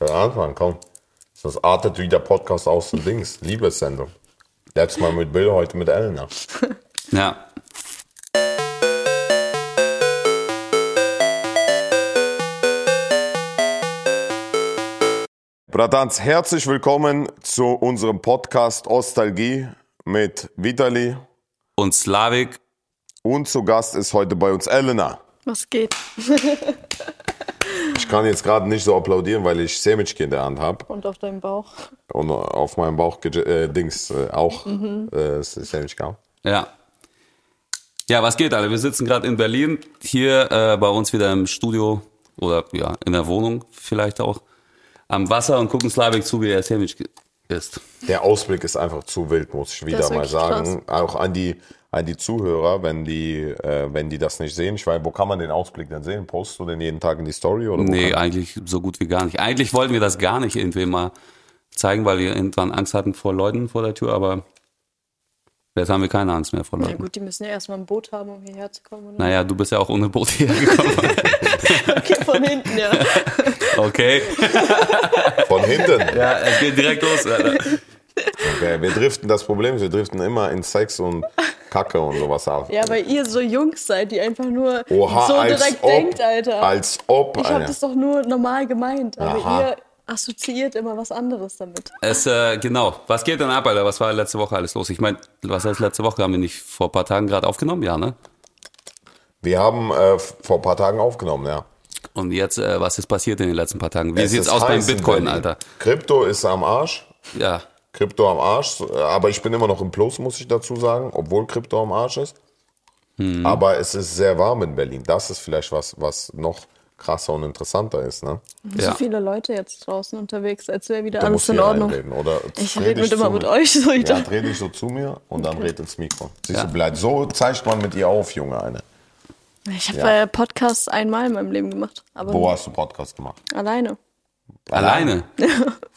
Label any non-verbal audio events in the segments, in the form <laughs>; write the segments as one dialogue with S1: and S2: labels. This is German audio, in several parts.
S1: Ja, Anfang, komm. Sonst artet wieder Podcast aus dem Dings. Liebessendung. Letztes Mal mit Bill, heute mit Elena.
S2: Ja.
S1: Bratanz, herzlich willkommen zu unserem Podcast Ostalgie mit Vitali.
S2: Und Slavik,
S1: Und zu Gast ist heute bei uns Elena.
S3: Was geht?
S1: Ich kann jetzt gerade nicht so applaudieren, weil ich Semitschki in der Hand habe.
S3: <laughs> Und auf deinem Bauch.
S1: Und auf meinem Bauch ge- äh, Dings äh, auch äh, Semitschki. auch.
S2: ja. Ja, was geht, alle? Wir sitzen gerade in Berlin, hier äh, bei uns wieder im Studio oder ja, in der Wohnung vielleicht auch, am Wasser und gucken Slavik zu, wie er Sandwich isst.
S1: Der Ausblick ist einfach zu wild, muss ich wieder
S3: ist
S1: mal
S3: wirklich
S1: sagen. Auch an die, an die Zuhörer, wenn die, äh, wenn die das nicht sehen. Ich weiß, wo kann man den Ausblick denn sehen? Postest du den jeden Tag in die Story oder wo
S2: Nee,
S1: kann-
S2: eigentlich so gut wie gar nicht. Eigentlich wollten wir das gar nicht irgendwie mal zeigen, weil wir irgendwann Angst hatten vor Leuten vor der Tür, aber jetzt haben wir keine Angst mehr vor
S3: Ja
S2: Leuten.
S3: gut, die müssen ja erstmal ein Boot haben, um hierher zu kommen. Oder?
S2: Naja, du bist ja auch ohne Boot hierher gekommen.
S3: Okay, von hinten, <laughs> ja.
S2: Okay.
S1: Von hinten.
S2: Ja, es geht direkt los. Alter.
S1: Okay, wir driften, das Problem ist, wir driften immer in Sex und Kacke und sowas ab.
S3: Ja, weil ihr so Jungs seid, die einfach nur
S1: Oha,
S3: so
S1: als
S3: direkt
S1: ob,
S3: denkt, Alter.
S1: Als ob,
S3: ich hab
S1: Alter.
S3: das doch nur normal gemeint, aber
S1: Aha.
S3: ihr assoziiert immer was anderes damit.
S2: Es, äh, genau. Was geht denn ab, Alter? Was war letzte Woche alles los? Ich meine, was heißt letzte Woche? Haben wir nicht vor ein paar Tagen gerade aufgenommen? Ja, ne?
S1: Wir haben äh, vor ein paar Tagen aufgenommen, ja.
S2: Und jetzt, äh, was ist passiert in den letzten paar Tagen? Wie
S1: Es
S2: sieht's
S1: ist
S2: aus beim
S1: heiß in
S2: Bitcoin,
S1: Berlin.
S2: Alter?
S1: Krypto ist am Arsch.
S2: Ja.
S1: Krypto am Arsch, aber ich bin immer noch im Plus, muss ich dazu sagen, obwohl Krypto am Arsch ist. Aber es ist sehr warm in Berlin. Das ist vielleicht was, was noch krasser und interessanter ist. Ne?
S2: Ja.
S3: So viele Leute jetzt draußen unterwegs, als wäre wieder
S1: Du
S3: alles
S1: musst
S3: in
S1: hier
S3: Ordnung.
S1: reinreden, oder
S3: Ich
S1: dreh
S3: rede
S1: dich
S3: mit immer
S1: zu
S3: mit
S1: mir.
S3: euch, so ich
S1: Ja,
S3: ja,
S1: dreh dich so zu mir und dann red ins Mikro. Siehst
S2: Ja.
S1: du, bleib so, zeigt man mit ihr auf, Junge, eine.
S3: Ich habe
S1: Ja.
S3: äh, Podcasts einmal in meinem Leben gemacht, aber
S1: Wo hast du Podcast gemacht?
S3: alleine.
S2: Alleine.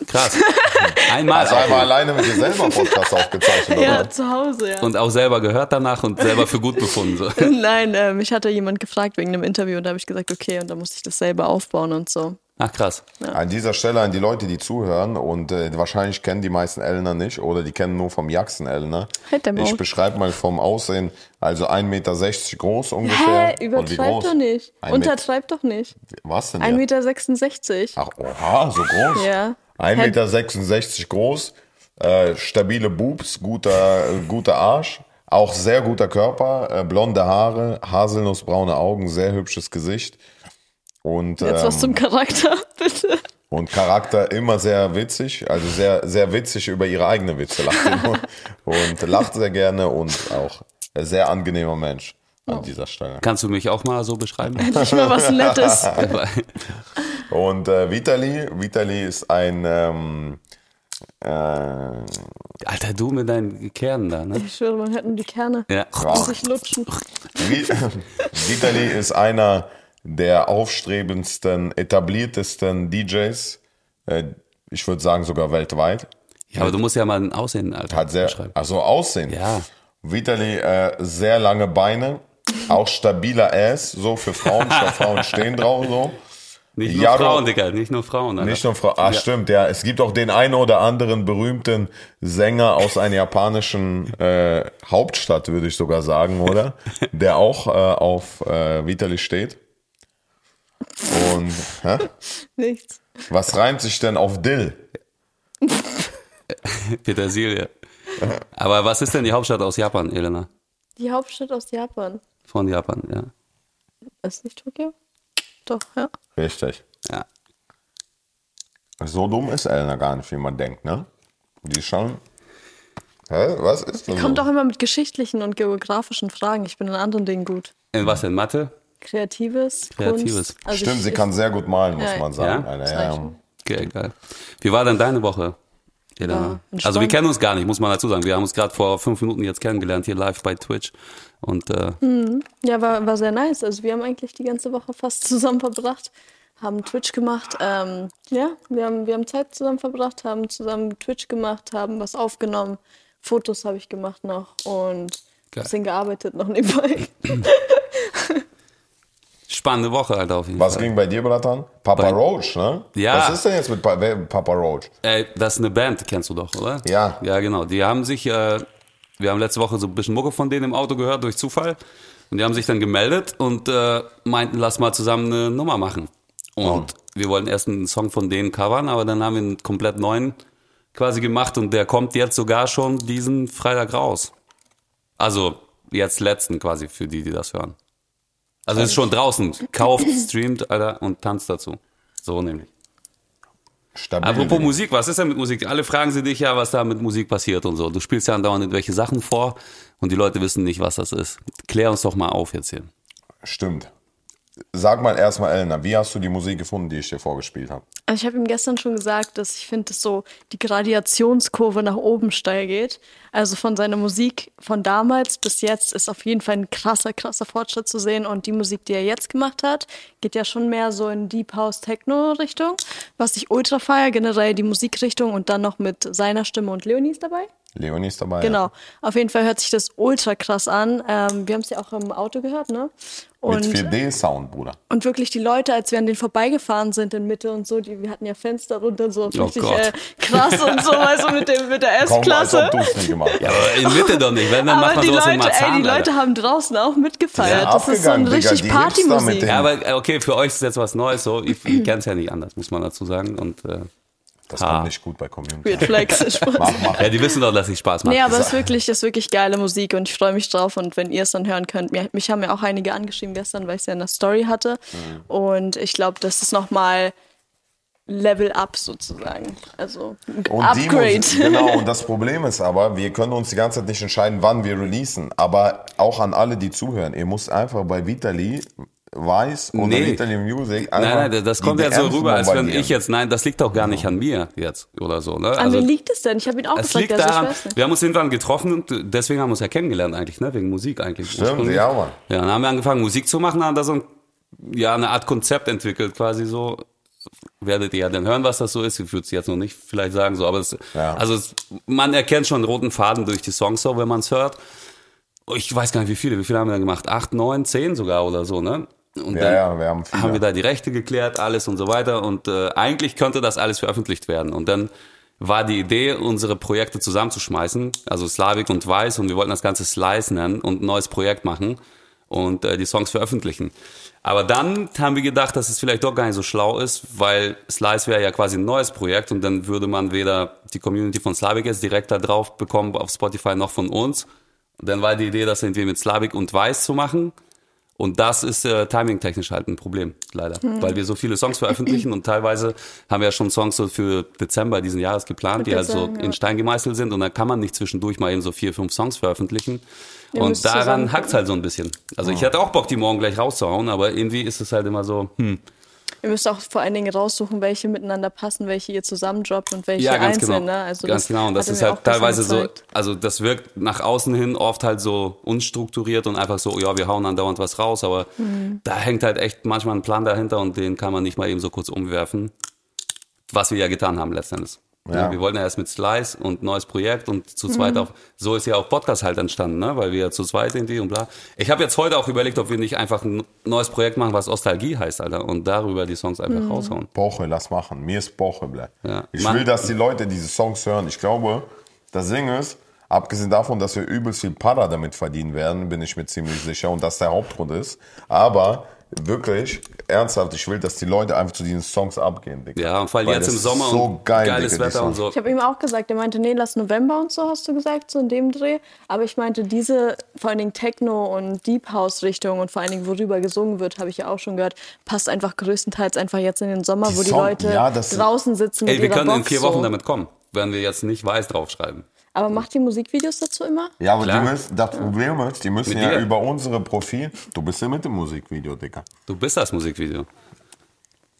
S2: Krass.
S1: <laughs>
S2: Einmal.
S1: Also einmal alleine mit dir selber
S3: <laughs>
S1: Podcast aufgezeichnet,
S3: Ja,
S1: oder?
S3: zu Hause, ja.
S2: Und auch selber gehört danach und selber für gut befunden. So.
S3: <laughs> Nein, äh, mich hatte jemand gefragt wegen einem Interview und da habe ich gesagt, okay, und da musste ich das selber aufbauen und so.
S2: Ach, krass.
S1: An dieser Stelle an die Leute, die zuhören und äh, wahrscheinlich kennen die meisten Elner nicht oder die kennen nur vom Jackson Elner.
S3: Halt dein Maul.
S1: ich beschreibe mal vom Aussehen, also 1,60 Meter groß ungefähr.
S3: Hä,
S1: Und wie
S3: übertreib
S1: groß?
S3: doch nicht.
S1: Ein
S3: Untertreib doch nicht.
S1: Met- was denn?
S3: 1,66
S1: hier?
S3: Meter. 66.
S1: Ach, oha, so groß.
S3: Ja.
S1: 1,66 Meter 66 groß, äh, stabile Boobs, guter, äh, guter Arsch, auch sehr guter Körper, äh, blonde Haare, haselnussbraune Augen, sehr hübsches Gesicht. Und,
S3: Jetzt was zum Charakter, <laughs> bitte.
S1: Und Charakter immer sehr witzig, also sehr, sehr witzig über ihre eigene Witze lacht sie nur. und lacht sehr gerne und auch ein sehr angenehmer Mensch an dieser Stelle.
S2: Kannst du mich auch mal so beschreiben?
S3: Nicht
S1: <laughs>
S3: mal was Nettes.
S1: Und äh, Vitali, Vitali ist ein ähm, äh,
S2: Alter, du mit deinen Kernen da, ne?
S3: Ich schwöre, man hört nur die Kerne.
S2: Ja.
S3: Und sich lutschen.
S1: Vi- <laughs> Vitali ist einer der aufstrebendsten, etabliertesten DJs, äh, ich würde sagen sogar weltweit.
S2: ja, aber du musst ja mal ein Aussehen, Alter,
S1: Hat sehr,
S2: beschreiben.
S1: also Aussehen.
S2: Ja.
S1: Vitali, äh, sehr lange Beine, auch stabiler Ass, so für Frauen, statt Frauen stehen drauf so.
S2: Nicht nur
S1: Jaro-
S2: Frauen, Digga, nicht nur Frauen. Alter.
S1: Nicht nur Frauen, ah stimmt, ja, es gibt auch den einen oder anderen berühmten Sänger aus einer japanischen äh, Hauptstadt, würde ich sogar sagen, oder? Der auch äh, auf äh, Vitali steht. Und, hä?
S3: Nichts.
S1: Was reimt sich denn auf Dill?
S2: Petersilie. Aber was ist denn die Hauptstadt aus Japan, Elena?
S3: Die Hauptstadt aus Japan.
S2: Von Japan, ja.
S3: Ist nicht Tokio? Doch, ja.
S1: Richtig.
S2: ja.
S1: So dumm ist Elena gar nicht, wie man denkt, ne? Die ist schon. Hä? Was ist denn?
S3: Kommt
S1: so?
S3: auch immer mit geschichtlichen und geografischen Fragen. Ich bin in anderen Dingen gut.
S2: In Äh, was denn? Mathe?
S3: Kreatives,
S2: Kreatives.
S3: Kunst. Also
S1: Stimmt,
S3: ich-
S1: sie
S3: ich-
S1: kann sehr gut malen, muss
S3: Ja.
S1: man sagen.
S2: Ja?
S1: Alter, ja. ja.
S2: Okay, geil. Wie war denn deine Woche, Elena?
S3: Ja, entspannt.
S2: also wir kennen uns gar nicht, muss man dazu sagen. Wir haben uns gerade vor fünf Minuten jetzt kennengelernt, hier live bei Twitch. Und äh,
S3: Ja, war, war sehr nice. Also wir haben eigentlich die ganze Woche fast <laughs> zusammen verbracht, haben Twitch gemacht. Ähm, ja, wir haben, wir haben Zeit zusammen verbracht, haben zusammen Twitch gemacht, haben was aufgenommen. Fotos habe ich gemacht <laughs> noch und ein bisschen gearbeitet noch nebenbei.
S2: spannende Woche halt auf jeden
S1: Was
S2: Fall.
S1: ging bei dir, Bratan? Papa
S2: Bei-
S1: Roach, ne?
S2: Ja.
S1: Was ist denn jetzt mit pa wer- Papa Roach?
S2: Ey, das ist eine Band, kennst du doch, oder?
S1: Ja.
S2: Ja, genau. Die haben sich, äh, wir haben letzte Woche so ein bisschen Mucke von denen im Auto gehört durch Zufall. Und die haben sich dann gemeldet und äh, meinten, lass mal zusammen eine Nummer machen. Und wir wollten erst einen Song von denen covern, aber dann haben wir einen komplett neuen quasi gemacht und der kommt jetzt sogar schon diesen Freitag raus. Also jetzt letzten quasi für die, die das hören. Also ist schon draußen. Kauft, streamt, Alter, und tanzt dazu. So nämlich.
S1: Stabil.
S2: Apropos Musik, was ist denn mit Musik? Alle fragen sie dich ja, was da mit Musik passiert und so. Du spielst ja andauernd irgendwelche Sachen vor und die Leute wissen nicht, was das ist. Klär uns doch mal auf jetzt hier.
S1: Stimmt. Sag mal erstmal, Elena, wie hast du die Musik gefunden, die ich dir vorgespielt habe?
S3: Also ich habe ihm gestern schon gesagt, dass ich finde, dass so die Gradationskurve nach oben steil geht. Also von seiner Musik von damals bis jetzt ist auf jeden Fall ein krasser, krasser Fortschritt zu sehen. Und die Musik, die er jetzt gemacht hat, geht ja schon mehr so in Deep House Techno Richtung, was ich ultra feier, generell die Musikrichtung und dann noch mit seiner Stimme und Leonies dabei.
S1: Leonie ist dabei.
S3: Genau. Auf jeden Fall hört sich das ultra krass an. Ähm, wir haben es ja auch im Auto gehört,
S1: Ja.
S3: ne?
S1: Mit
S3: Und
S1: 4D-Sound, Bruder.
S3: und wirklich die Leute, als wir an denen vorbeigefahren sind in Mitte und so, die, wir hatten ja Fenster runter und so
S2: Oh
S3: richtig
S2: Gott.
S3: äh, krass und so, also mit, dem,
S1: <laughs>
S3: mit der
S1: Kaum als
S3: S-Klasse.
S1: ob also du es nicht gemacht
S2: <laughs>
S1: hast.
S2: Aber Äh, in Mitte doch nicht, wenn, dann macht
S3: Aber
S2: man
S3: die
S2: sowas
S3: Leute,
S2: in Marzahn,
S3: ey, die
S2: Alter.
S3: Leute haben draußen auch mitgefeiert.
S1: Ja,
S3: das ist so
S1: abgegangen,
S3: ein
S1: Digga,
S3: richtig
S1: die Hipster mit
S3: Partymusik.
S1: den-
S2: Ja, aber äh, okay, für euch ist jetzt was Neues, so. Ich, ich kenn's ja nicht anders, muss man dazu sagen. Und, äh,
S1: Das
S2: Ah.
S1: kommt nicht gut bei Community.
S3: <laughs>
S1: <laughs>
S3: Weird Flex. Spaß.
S1: Mach, mach.
S2: ja, die wissen doch, dass ich Spaß mache.
S3: Nee, aber es ist wirklich, es ist wirklich geile Musik und ich freue mich drauf. Und wenn ihr es dann hören könnt, mir, mich haben ja auch einige angeschrieben gestern, weil ich es ja in der Story hatte.
S1: Mhm.
S3: Und ich glaube, das ist nochmal Level Up sozusagen. Also ein
S1: Und die
S3: Upgrade.
S1: Musik, genau,
S3: <laughs>
S1: und das Problem ist aber, wir können uns die ganze Zeit nicht entscheiden, wann wir releasen. Aber auch an alle, die zuhören, ihr müsst einfach bei Vitali Weiß oder
S2: Nee.
S1: Vitali Music einfach
S2: Nein, nein, das
S1: die
S2: kommt ja so
S1: DMs
S2: rüber, als wenn
S1: bombardieren.
S2: ich jetzt, nein, das liegt doch gar nicht an mir jetzt oder so. Ne?
S3: An
S2: Also,
S3: wen liegt es denn? Ich habe ihn auch
S2: es
S3: gefragt,
S2: liegt
S3: also ich
S2: daran,
S3: weiß nicht.
S2: wir haben uns irgendwann getroffen und deswegen haben wir uns ja kennengelernt eigentlich, ne? wegen Musik eigentlich.
S1: Stimmt,
S2: ursprünglich.
S1: ja, Mann.
S2: Ja, dann haben wir angefangen, Musik zu machen, haben da so ein, ja, eine Art Konzept entwickelt, quasi so. Werdet ihr ja dann hören, was das so ist. Ich würde es jetzt noch nicht vielleicht sagen, so, aber es,
S1: Ja.
S2: also es, man erkennt schon einen roten Faden durch die Songs, so, wenn man es hört. Ich weiß gar nicht, wie viele, wie viele haben wir da gemacht? Acht, neun, zehn sogar oder so, ne? Und
S1: Ja,
S2: dann
S1: ja, wir haben viele.
S2: haben wir da die Rechte geklärt, alles und so weiter. Und äh, eigentlich könnte das alles veröffentlicht werden. Und dann war die Idee, unsere Projekte zusammenzuschmeißen, also Slavik und Weiß, und wir wollten das Ganze Slice nennen und ein neues Projekt machen und äh, die Songs veröffentlichen. Aber dann haben wir gedacht, dass es vielleicht doch gar nicht so schlau ist, weil Slice wäre ja quasi ein neues Projekt und dann würde man weder die Community von Slavik jetzt direkt da drauf bekommen auf Spotify noch von uns. Und dann war die Idee, das irgendwie mit Slavik und Weiß zu machen. Und das ist äh, timing-technisch halt ein Problem, leider.
S3: Mhm.
S2: Weil wir so viele Songs veröffentlichen und teilweise haben wir ja schon Songs so für Dezember diesen Jahres geplant, die halt
S3: Wollte
S2: so
S3: sagen, ja.
S2: in Stein gemeißelt sind und da kann man nicht zwischendurch mal eben so vier, fünf Songs veröffentlichen.
S3: Ihr Oh.
S2: und
S3: müsst
S2: daran
S3: zusammenkommen.
S2: hackt's halt so ein bisschen. Also ich hätte auch Bock, die morgen gleich rauszuhauen, aber irgendwie ist es halt immer so, hm,
S3: Ihr müsst auch vor allen Dingen raussuchen, welche miteinander passen, welche ihr zusammen droppt und welche
S2: ja, ganz
S3: einzeln.
S2: genau.
S3: Ne? Also
S2: ganz genau. Und das
S3: hat er
S2: ist
S3: mir
S2: halt
S3: auch gestern
S2: teilweise so,
S3: gezeigt.
S2: also das wirkt nach außen hin oft halt so unstrukturiert und einfach so, ja, wir hauen andauernd was raus, aber
S3: Mhm.
S2: da hängt halt echt manchmal ein Plan dahinter und den kann man nicht mal eben so kurz umwerfen. Was wir ja getan haben letztendlich.
S1: Ja.
S2: Ja. Wir wollten ja erst mit Slice und neues Projekt und
S3: Mhm.
S2: zu zweit auch, so ist ja auch Podcast halt entstanden, ne? weil wir ja zu zweit irgendwie und bla. Ich habe jetzt heute auch überlegt, ob wir nicht einfach ein neues Projekt machen, was Ostalgie heißt, Alter, und darüber die Songs einfach
S3: Mhm.
S2: raushauen.
S1: Boche, lass machen. Mir ist Boche, bleib.
S2: Ja.
S1: Ich
S2: Mann.
S1: will, dass die Leute diese Songs hören. Ich glaube, das Ding ist, abgesehen davon, dass wir übelst viel Para damit verdienen werden, bin ich mir ziemlich sicher und das der Hauptgrund ist. Aber wirklich, ernsthaft, ich will, dass die Leute einfach zu diesen Songs abgehen, Digga.
S2: Ja, und vor allem
S1: Weil
S2: jetzt
S1: das
S2: im
S1: ist
S2: Sommer
S1: so
S2: und
S1: geil,
S2: geiles
S1: Digga, die
S2: Wetter und
S1: Songs.
S2: so.
S3: Ich habe ihm auch gesagt, er meinte, nee, lass November und so, hast du gesagt, so in dem Dreh. Aber ich meinte, diese vor allen Dingen Techno- und Deep House-Richtung und vor allen Dingen, worüber gesungen wird, habe ich ja auch schon gehört, passt einfach größtenteils einfach jetzt in den Sommer,
S1: Die
S3: wo die
S1: Song-
S3: Leute
S1: ja, das-
S3: draußen sitzen
S2: Ey,
S3: mit
S2: wir
S3: ihrer
S2: können
S3: Box.
S2: in vier Wochen
S3: so.
S2: damit kommen, wenn wir jetzt nicht weiß draufschreiben.
S3: Aber macht ihr Musikvideos dazu immer?
S1: Ja, aber die
S2: Klar.
S1: müssen, das Problem ist, die müssen
S2: Mit
S1: ja
S2: dir.
S1: über unsere Profil. Du bist ja mit dem Musikvideo, Digga.
S2: Du bist das Musikvideo.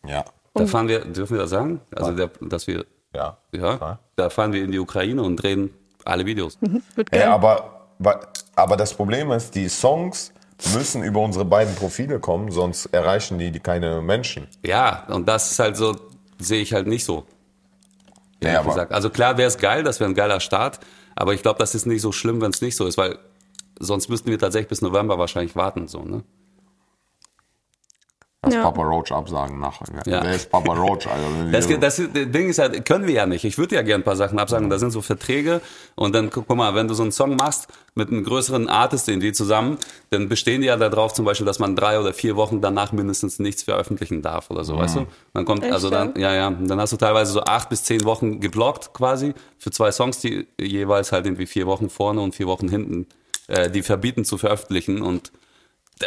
S1: Ja.
S3: Um
S2: Da fahren wir, dürfen wir das sagen? Also, der, dass wir,
S1: Ja.
S2: ja, da fahren wir in die Ukraine und drehen alle Videos.
S3: Wird
S1: Ey,
S3: geil.
S1: aber, wa- aber das Problem ist, die Songs müssen über unsere beiden Profile kommen, sonst erreichen die, die keine Menschen.
S2: Ja, und das ist halt so, sehe ich halt nicht so.
S1: Ja,
S2: ehrlich gesagt. Also klar wäre es geil, das wäre ein geiler Start, aber ich glaube, das ist nicht so schlimm, wenn es nicht so ist, weil sonst müssten wir tatsächlich bis November wahrscheinlich warten, so, ne?
S1: Lass
S3: Ja.
S1: Papa Roach absagen nachher.
S2: Ja.
S1: Wer ist Papa Roach? Also, wenn
S2: Das,
S1: wir-
S2: geht- das ist- das Ding ist halt, können wir ja nicht. Ich würde ja gern ein paar Sachen absagen. Da sind so Verträge und dann guck mal, wenn du so einen Song machst mit einem größeren Artist, den die zusammen, dann bestehen die ja darauf zum Beispiel, dass man drei oder vier Wochen danach mindestens nichts veröffentlichen darf oder so, weißt du? Dann kommt,
S3: Echt,
S2: also dann, ja, ja, Und dann hast du teilweise so acht bis zehn Wochen geblockt quasi für zwei Songs, die jeweils halt irgendwie vier Wochen vorne und vier Wochen hinten, äh, die verbieten zu veröffentlichen und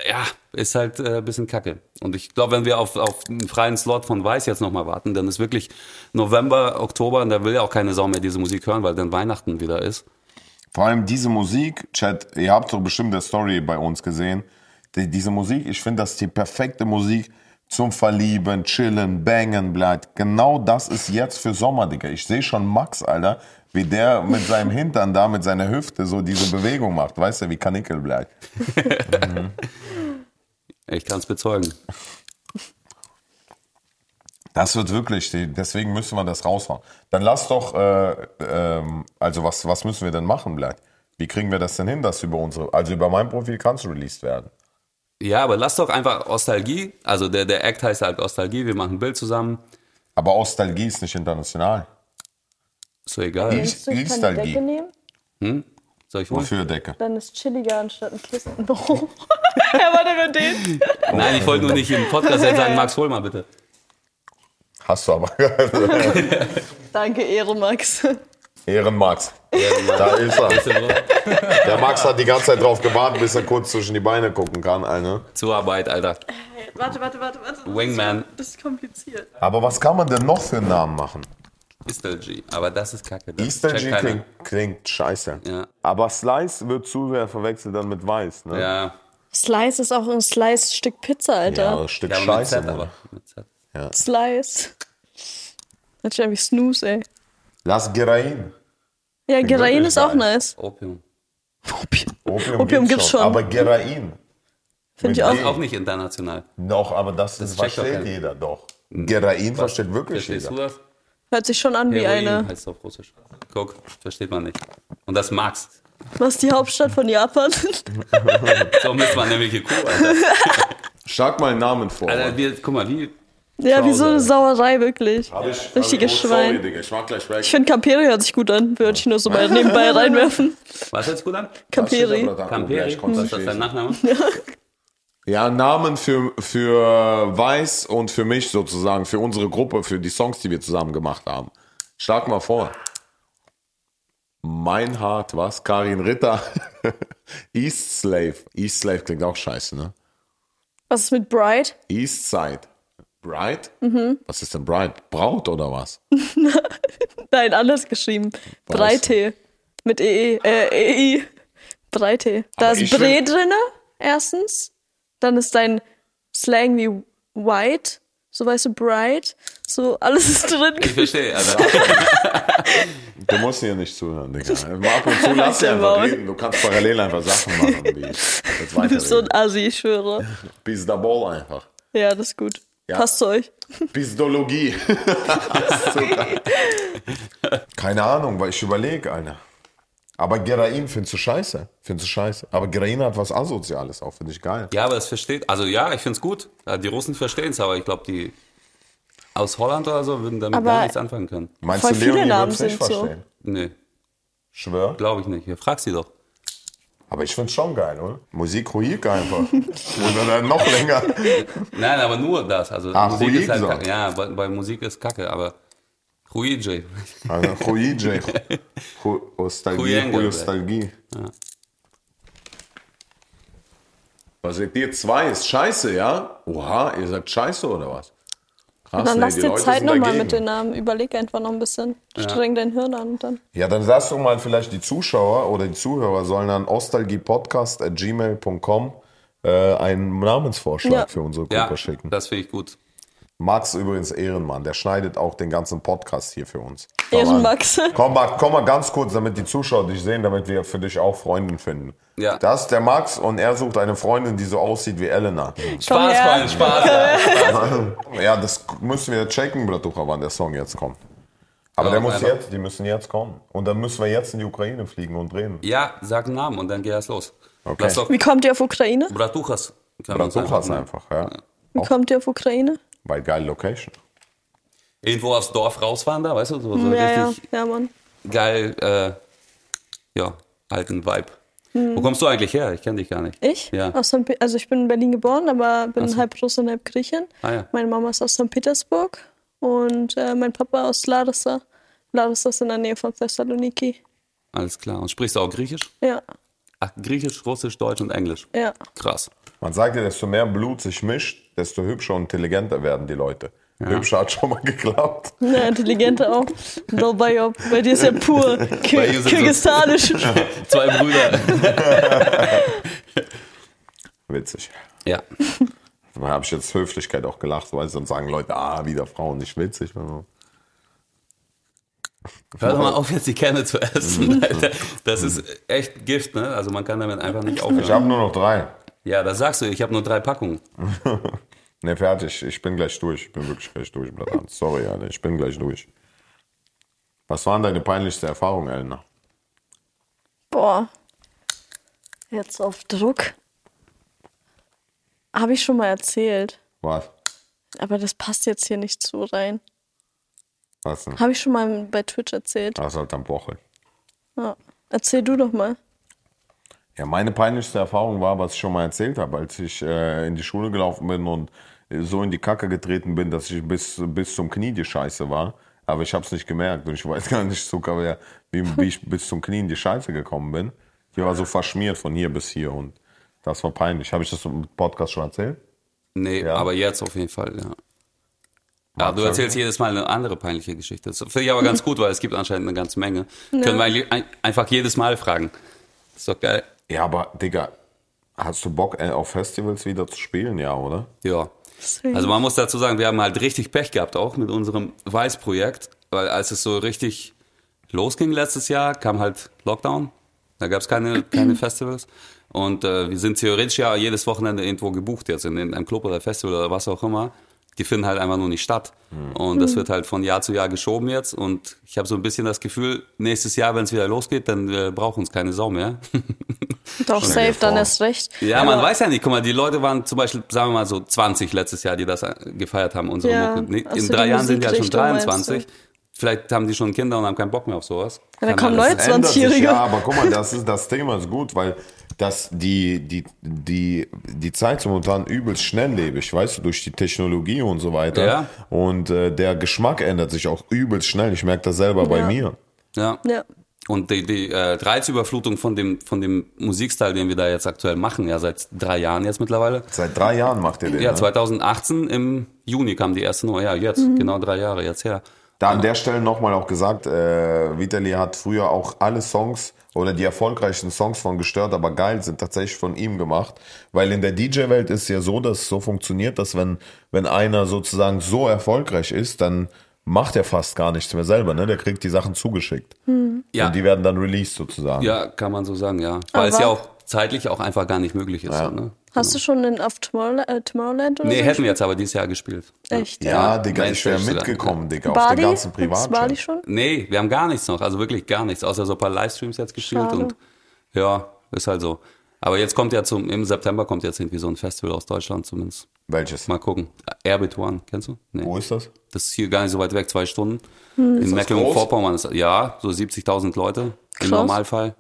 S2: ja, ist halt äh, ein bisschen kacke. Und ich glaube, wenn wir auf, auf einen freien Slot von Weiß jetzt nochmal warten, dann ist wirklich November, Oktober und da will ja auch keine Sau mehr diese Musik hören, weil dann Weihnachten wieder ist.
S1: Vor allem diese Musik, Chat, ihr habt doch bestimmt der Story bei uns gesehen. Die, diese Musik, ich finde, das ist die perfekte Musik zum Verlieben, Chillen, Bangen, bleibt. Genau das ist jetzt für Sommer, Digga. Ich sehe schon Max, Alter, wie der mit seinem Hintern da, mit seiner Hüfte so diese Bewegung macht. Weißt du, wie Kanickel bleibt.
S2: Ich kann es bezeugen.
S1: Das wird wirklich, die- deswegen müssen wir das raushauen. Dann lass doch, äh, ähm, also was, was müssen wir denn machen, bleibt? Wie kriegen wir das denn hin, dass über unsere, also über mein Profil kannst du released werden?
S2: Ja, aber lass doch einfach Ostalgie, also der, der Act heißt halt Ostalgie, wir machen ein Bild zusammen,
S1: Aber Ostalgie ist nicht international.
S2: ist doch egal.
S1: Ich-
S3: Kannst du
S1: Ist
S3: keine
S1: halt die.
S3: Decke nehmen?
S2: Soll ich holen?
S1: Wofür Decke?
S3: Dann ist chilliger anstatt ein Kissen. <laughs> Oh. er war der mit den.
S2: Nein, ich wollte nur nicht im Podcast jetzt sagen, Max, hol mal
S3: <laughs>
S2: bitte.
S1: Hast du aber. <laughs>
S3: Danke, Ehre, Max.
S1: Ehrenmax. Da ist er. Der Max hat die ganze Zeit drauf gewartet, bis er kurz zwischen die Beine gucken kann. Alter.
S2: Zur Arbeit, Alter.
S3: Warte, warte, warte, warte.
S2: Wingman
S3: Das ist kompliziert.
S1: Aber was kann man denn noch für einen Namen machen?
S2: Istalgie, aber das ist kacke. das
S1: Eastern
S2: checkt
S1: G
S2: keiner.
S1: klingt, klingt scheiße.
S2: Ja.
S1: Aber Slice wird zu sehr verwechselt dann mit Weiß. Ne?
S2: Ja,
S3: Slice ist auch ein Slice-Stück Pizza,
S1: Ja,
S3: Alter.
S1: ein Stück
S2: ja aber mit
S1: Scheiße.
S2: Z,
S1: Mann.
S2: aber mit Z.
S3: Slice. Das ist wie Snooze, ey.
S1: Lass Gerain.
S3: Ja, Gerain
S1: wirklich
S3: ist auch
S1: geil.
S3: nice.
S2: Opium.
S3: Opium.
S1: Opium,
S3: Opium gibt's schon.
S1: Aber Gerain.
S3: Finde ich
S1: Mit
S3: auch.
S2: Auch nicht international.
S1: Doch, aber das, ist,
S2: checkt doch
S1: versteht
S2: keiner. Hm.
S1: jeder doch. Gerain versteht wirklich
S2: Verstehst du
S1: jeder.
S2: das?
S3: Hört sich schon an wie
S2: Heroin
S3: eine.
S2: heißt auf Russisch. Guck, versteht man nicht. Und das magst.
S3: Was die Hauptstadt von Japan?
S2: So misst man nämlich die Kuh, Alter.
S1: Schlag mal einen Namen vor.
S2: Alter wir, guck mal, wie.
S3: ja, wie so eine
S2: Schauder.
S3: Sauerei, wirklich.
S1: Hab ich-
S3: Richtiges
S1: hab ich- oh, sorry,
S3: Schwein.
S1: Digga, ich mach gleich weg.
S3: Ich finde, Camperi hört sich gut an. Würde ich nur
S1: <laughs>
S3: so mal nebenbei reinwerfen.
S2: Was hältst du gut an?
S3: Camperi.
S2: Camperi. Was ist das dein Nachname?
S1: Ja, Namen für, für Weiß und für mich sozusagen, für unsere Gruppe, für die Songs, die wir zusammen gemacht haben. Schlag mal vor. Mein Hart, was? Karin Ritter. <laughs> East Slave. East Slave klingt auch scheiße, ne?
S3: Was ist mit Bright?
S1: East Side. Bride? Was ist denn Bride? Braut oder was?
S3: Nein, anders geschrieben. Breite. Mit EE. Äh, EI. Breite. Da
S1: Aber
S3: ist
S1: ich
S3: Bre
S1: find-
S3: drinne, erstens. Dann ist dein Slang wie white. So weißt du, bright. So, alles ist drin.
S2: Ich verstehe, Alter.
S1: Du musst hier nicht zuhören, Digga. Mal ab und zu lass sie einfach
S3: Maul.
S1: reden. Du kannst parallel einfach Sachen machen, wie ich jetzt
S3: <laughs> Du bist so ein
S1: weiterrede.
S3: Assi, ich schwöre.
S1: Bis der Ball einfach.
S3: Ja, das ist gut.
S1: Ja.
S3: Passt zu euch.
S1: <laughs> Pistologie. Keine Ahnung, weil ich überlege, Alter. Aber Geraim findest du scheiße. Findest du scheiße. Aber Geraim hat was Asoziales auch, finde ich geil.
S2: Ja, aber es versteht. Also ja, ich find's gut. Ja, Die Russen verstehen's, aber ich glaube, die aus Holland oder so würden damit
S3: Aber-
S2: gar nichts anfangen können.
S1: Meinst
S3: Voll
S1: du,
S3: viele
S1: Leonie
S3: Namen
S1: wird es nicht
S3: sind so.
S1: verstehen?
S2: Nee,
S1: Schwör.
S2: glaube ich nicht. Ja, frag sie doch.
S1: Aber ich find's schon geil, oder? Musik ruhig einfach. <laughs> oder dann noch länger.
S2: Nein, aber nur das. Also
S1: Ah,
S2: Musik
S1: Ruhig
S2: ist halt
S1: sagt.
S2: kacke. Ja, bei, bei Musik ist kacke, aber Ruigi.
S1: Also, Ruigi. Ru- Ostalgie,
S2: Rujenga,
S1: Ostalgie. Was sagt ihr? Zwei ist scheiße, ja? Oha, ihr sagt scheiße oder was? Krass,
S3: Dann
S1: nee,
S3: lass
S1: die
S3: dir
S1: Leute
S3: Zeit
S1: sind
S3: nochmal
S1: dagegen.
S3: mit den Namen. Überleg einfach noch ein bisschen. Streng dein Hirn an und dann.
S1: Ja, dann sagst du mal vielleicht die Zuschauer oder die Zuhörer sollen an ostalgiepodcast.gmail.com äh, einen Namensvorschlag
S3: Ja.
S1: für unsere Gruppe
S2: Ja,
S1: schicken.
S2: das finde ich gut.
S1: Max übrigens Ehrenmann, der schneidet auch den ganzen Podcast hier für uns.
S3: Ehrenmax.
S1: Komm mal, komm mal ganz kurz, damit die Zuschauer dich sehen, damit wir für dich auch Freundin finden.
S2: Ja.
S1: Das ist der Max und er sucht eine Freundin, die so aussieht wie
S2: <laughs>
S1: Elena.
S3: Komm
S2: Spaß,
S3: her.
S2: Freunde, Spaß.
S1: ja, das müssen wir checken, Bratucha, wann der Song jetzt kommt. Aber
S2: Ja,
S1: der muss
S2: einfach.
S1: jetzt, die müssen jetzt kommen. Und dann müssen wir jetzt in die Ukraine fliegen und drehen.
S2: Ja, sag einen Namen und dann geh erst los.
S1: Okay.
S2: Lass doch
S3: Wie kommt ihr auf Ukraine?
S2: Bratuchas. können wir uns
S1: Bratuchas
S2: nennen.
S1: einfach, ja.
S3: Wie kommt ihr auf Ukraine?
S1: Weil geile Location.
S2: Irgendwo aufs Dorf rausfahren da, weißt du? So, so
S3: ja, ja,
S2: richtig
S3: ja, Mann.
S2: geil, äh, ja, alten Vibe. Wo kommst du eigentlich her? Ich kenne dich gar nicht.
S3: Ich?
S2: Ja.
S3: Aus St. Pe- also ich bin in Berlin geboren, aber bin halb Russin, halb Griechin.
S2: Ah, ja.
S3: Meine Mama ist aus St. Petersburg und äh, mein Papa aus Larissa. Larissa ist in der Nähe von Thessaloniki.
S2: Alles klar. Und sprichst du auch Griechisch?
S3: Ja,
S2: Ach, Griechisch, Russisch, Deutsch und Englisch.
S3: ja.
S2: Krass.
S1: Man sagt ja, desto mehr Blut sich mischt, desto hübscher und intelligenter werden die Leute. Hübscher hat schon mal <laughs> geklappt.
S3: Ja, intelligente
S2: <laughs>
S3: auch. Dolbayob, bei dir ist ja pur
S2: Bei ihr
S3: Kir
S2: sind so-
S3: kirgisistanisch.
S2: Zwei
S3: <laughs>
S2: Brüder.
S1: Witzig.
S2: ja.
S1: Da habe ich jetzt Höflichkeit auch gelacht, weil sonst sagen Leute, ah, wieder Frauen, nicht witzig.
S2: Hör doch mal auf, jetzt die Kerne zu
S3: Mhm.
S2: essen. Alter. Das ist echt Gift, ne? Also man kann damit einfach nicht
S1: Ich
S2: aufhören.
S1: habe nur noch drei.
S2: Ja, das sagst du, ich habe nur drei Packungen.
S1: Ne, fertig. Ich bin gleich durch. Ich bin wirklich gleich durch, Blatt. Sorry, Alter. Ich bin gleich durch. Was waren deine peinlichste Erfahrungen, Elena?
S3: Boah. Jetzt auf Druck. Habe ich schon mal erzählt.
S1: Was?
S3: Aber das passt jetzt hier nicht so rein.
S1: Was denn?
S3: Habe ich schon mal bei Twitch erzählt.
S1: Was halt am Woche.
S3: Ja. Erzähl du doch mal.
S1: Ja, meine peinlichste Erfahrung war, was ich schon mal erzählt habe, als ich äh, in die Schule gelaufen bin und äh, so in die Kacke getreten bin, dass ich bis, bis zum Knie die Scheiße war. Aber ich habe es nicht gemerkt und ich weiß <laughs> gar nicht sogar, wer- wie, wie ich bis zum Knie in die Scheiße gekommen bin. Die war so verschmiert von hier bis hier und das war peinlich. Habe ich das im Podcast schon erzählt?
S2: Nee,
S1: Ja.
S2: aber jetzt auf jeden Fall, ja. Ja, du
S1: Marcel?
S2: erzählst jedes Mal eine andere peinliche Geschichte. Das finde ich aber ganz gut, weil es gibt anscheinend eine ganze Menge. Können wir eigentlich ein, einfach jedes Mal fragen. Ist doch geil.
S1: Ja, aber Digga, hast du Bock äh, auf Festivals wieder zu spielen? Ja, oder?
S2: Ja.
S3: Deswegen.
S2: Also man muss dazu sagen, wir haben halt richtig Pech gehabt, auch mit unserem Weiß-Projekt, weil als es so richtig losging letztes Jahr, kam halt Lockdown, da gab es keine, keine Festivals und äh, wir sind theoretisch ja jedes Wochenende irgendwo gebucht jetzt, in einem Club oder Festival oder was auch immer. Die finden halt einfach nur nicht statt. Und das wird halt von Jahr zu Jahr geschoben jetzt. Und ich habe so ein bisschen das Gefühl, nächstes Jahr, wenn es wieder losgeht, dann äh, braucht uns keine Sau mehr. <laughs>
S3: Doch,
S1: Stell dir
S3: safe, dann
S1: vor.
S3: erst recht.
S2: Ja,
S3: Aber
S2: man weiß ja nicht. Guck mal, die Leute waren zum Beispiel, sagen wir mal so 20 letztes Jahr, die das äh, gefeiert haben, unsere
S3: Ja,
S2: Mucke. Nee,
S3: ach
S2: in
S3: so,
S2: drei
S3: die
S2: Jahren sind die ja schon
S3: Musikrichtung
S2: 23.
S3: meinst
S2: Vielleicht haben die schon Kinder und haben keinen Bock mehr auf sowas.
S3: Ja, da
S2: Kann
S3: kommen
S2: alles
S3: Leute.
S2: sein.
S1: Es ändert sich,
S3: 20-Jähriger.
S1: Ja, aber guck mal, das, ist, das Thema ist gut, weil das, die, die, die, die Zeit ist momentan übelst schnelllebig, weißt du, durch die Technologie und so weiter.
S2: Ja.
S1: Und äh, der Geschmack ändert sich auch übelst schnell. Ich merke das selber bei
S3: Ja.
S1: mir.
S2: Ja.
S3: Ja.
S2: Und die, die äh, Reizüberflutung von dem, von dem Musikstil, den wir da jetzt aktuell machen, ja seit drei Jahren jetzt mittlerweile.
S1: Seit drei Jahren macht ihr den.
S2: Ja,
S1: ne?
S2: 2018 im Juni kam die erste Nummer. Ja, jetzt,
S3: Mhm.
S2: genau drei Jahre jetzt her.
S1: Da an der Stelle nochmal auch gesagt, äh, Vitali hat früher auch alle Songs oder die erfolgreichen Songs von Gestört, aber geil sind tatsächlich von ihm gemacht. Weil in der DJ-Welt ist ja so, dass es so funktioniert, dass wenn, wenn einer sozusagen so erfolgreich ist, dann macht er fast gar nichts mehr selber. Ne? Der kriegt die Sachen zugeschickt.
S2: Hm. Ja.
S1: Und die werden dann released sozusagen.
S2: Ja, kann man so sagen, ja. Weil es
S3: Aber- Also
S2: ja auch zeitlich auch einfach gar nicht möglich ist. Ne?
S3: Hast du schon in, auf Tomorrowland, äh, Tomorrowland oder
S2: Nee,
S3: so?
S2: hätten wir jetzt aber dieses Jahr gespielt.
S3: Echt?
S1: Ja,
S2: Ja,
S1: Digga, ich wäre
S2: Mainstage sogar.
S1: mitgekommen, Digga, auf den
S3: Bali?
S1: ganzen
S3: Gibt's Bali
S1: Privatjet.
S3: schon?
S2: Nee, wir haben gar nichts noch, also wirklich gar nichts, außer so ein paar Livestreams jetzt gespielt
S3: Schade.
S2: und ja, ist halt so. Aber jetzt kommt ja zum, im September kommt jetzt irgendwie so ein Festival aus Deutschland zumindest.
S1: Welches?
S2: Mal gucken. Airbit One, kennst du? Nee.
S1: Wo ist das?
S2: Das ist hier gar nicht so weit weg, zwei Stunden.
S3: Hm.
S2: In Mecklenburg-Vorpommern ist, ja, so 70.000 Leute im
S3: Krass.
S2: Normalfall.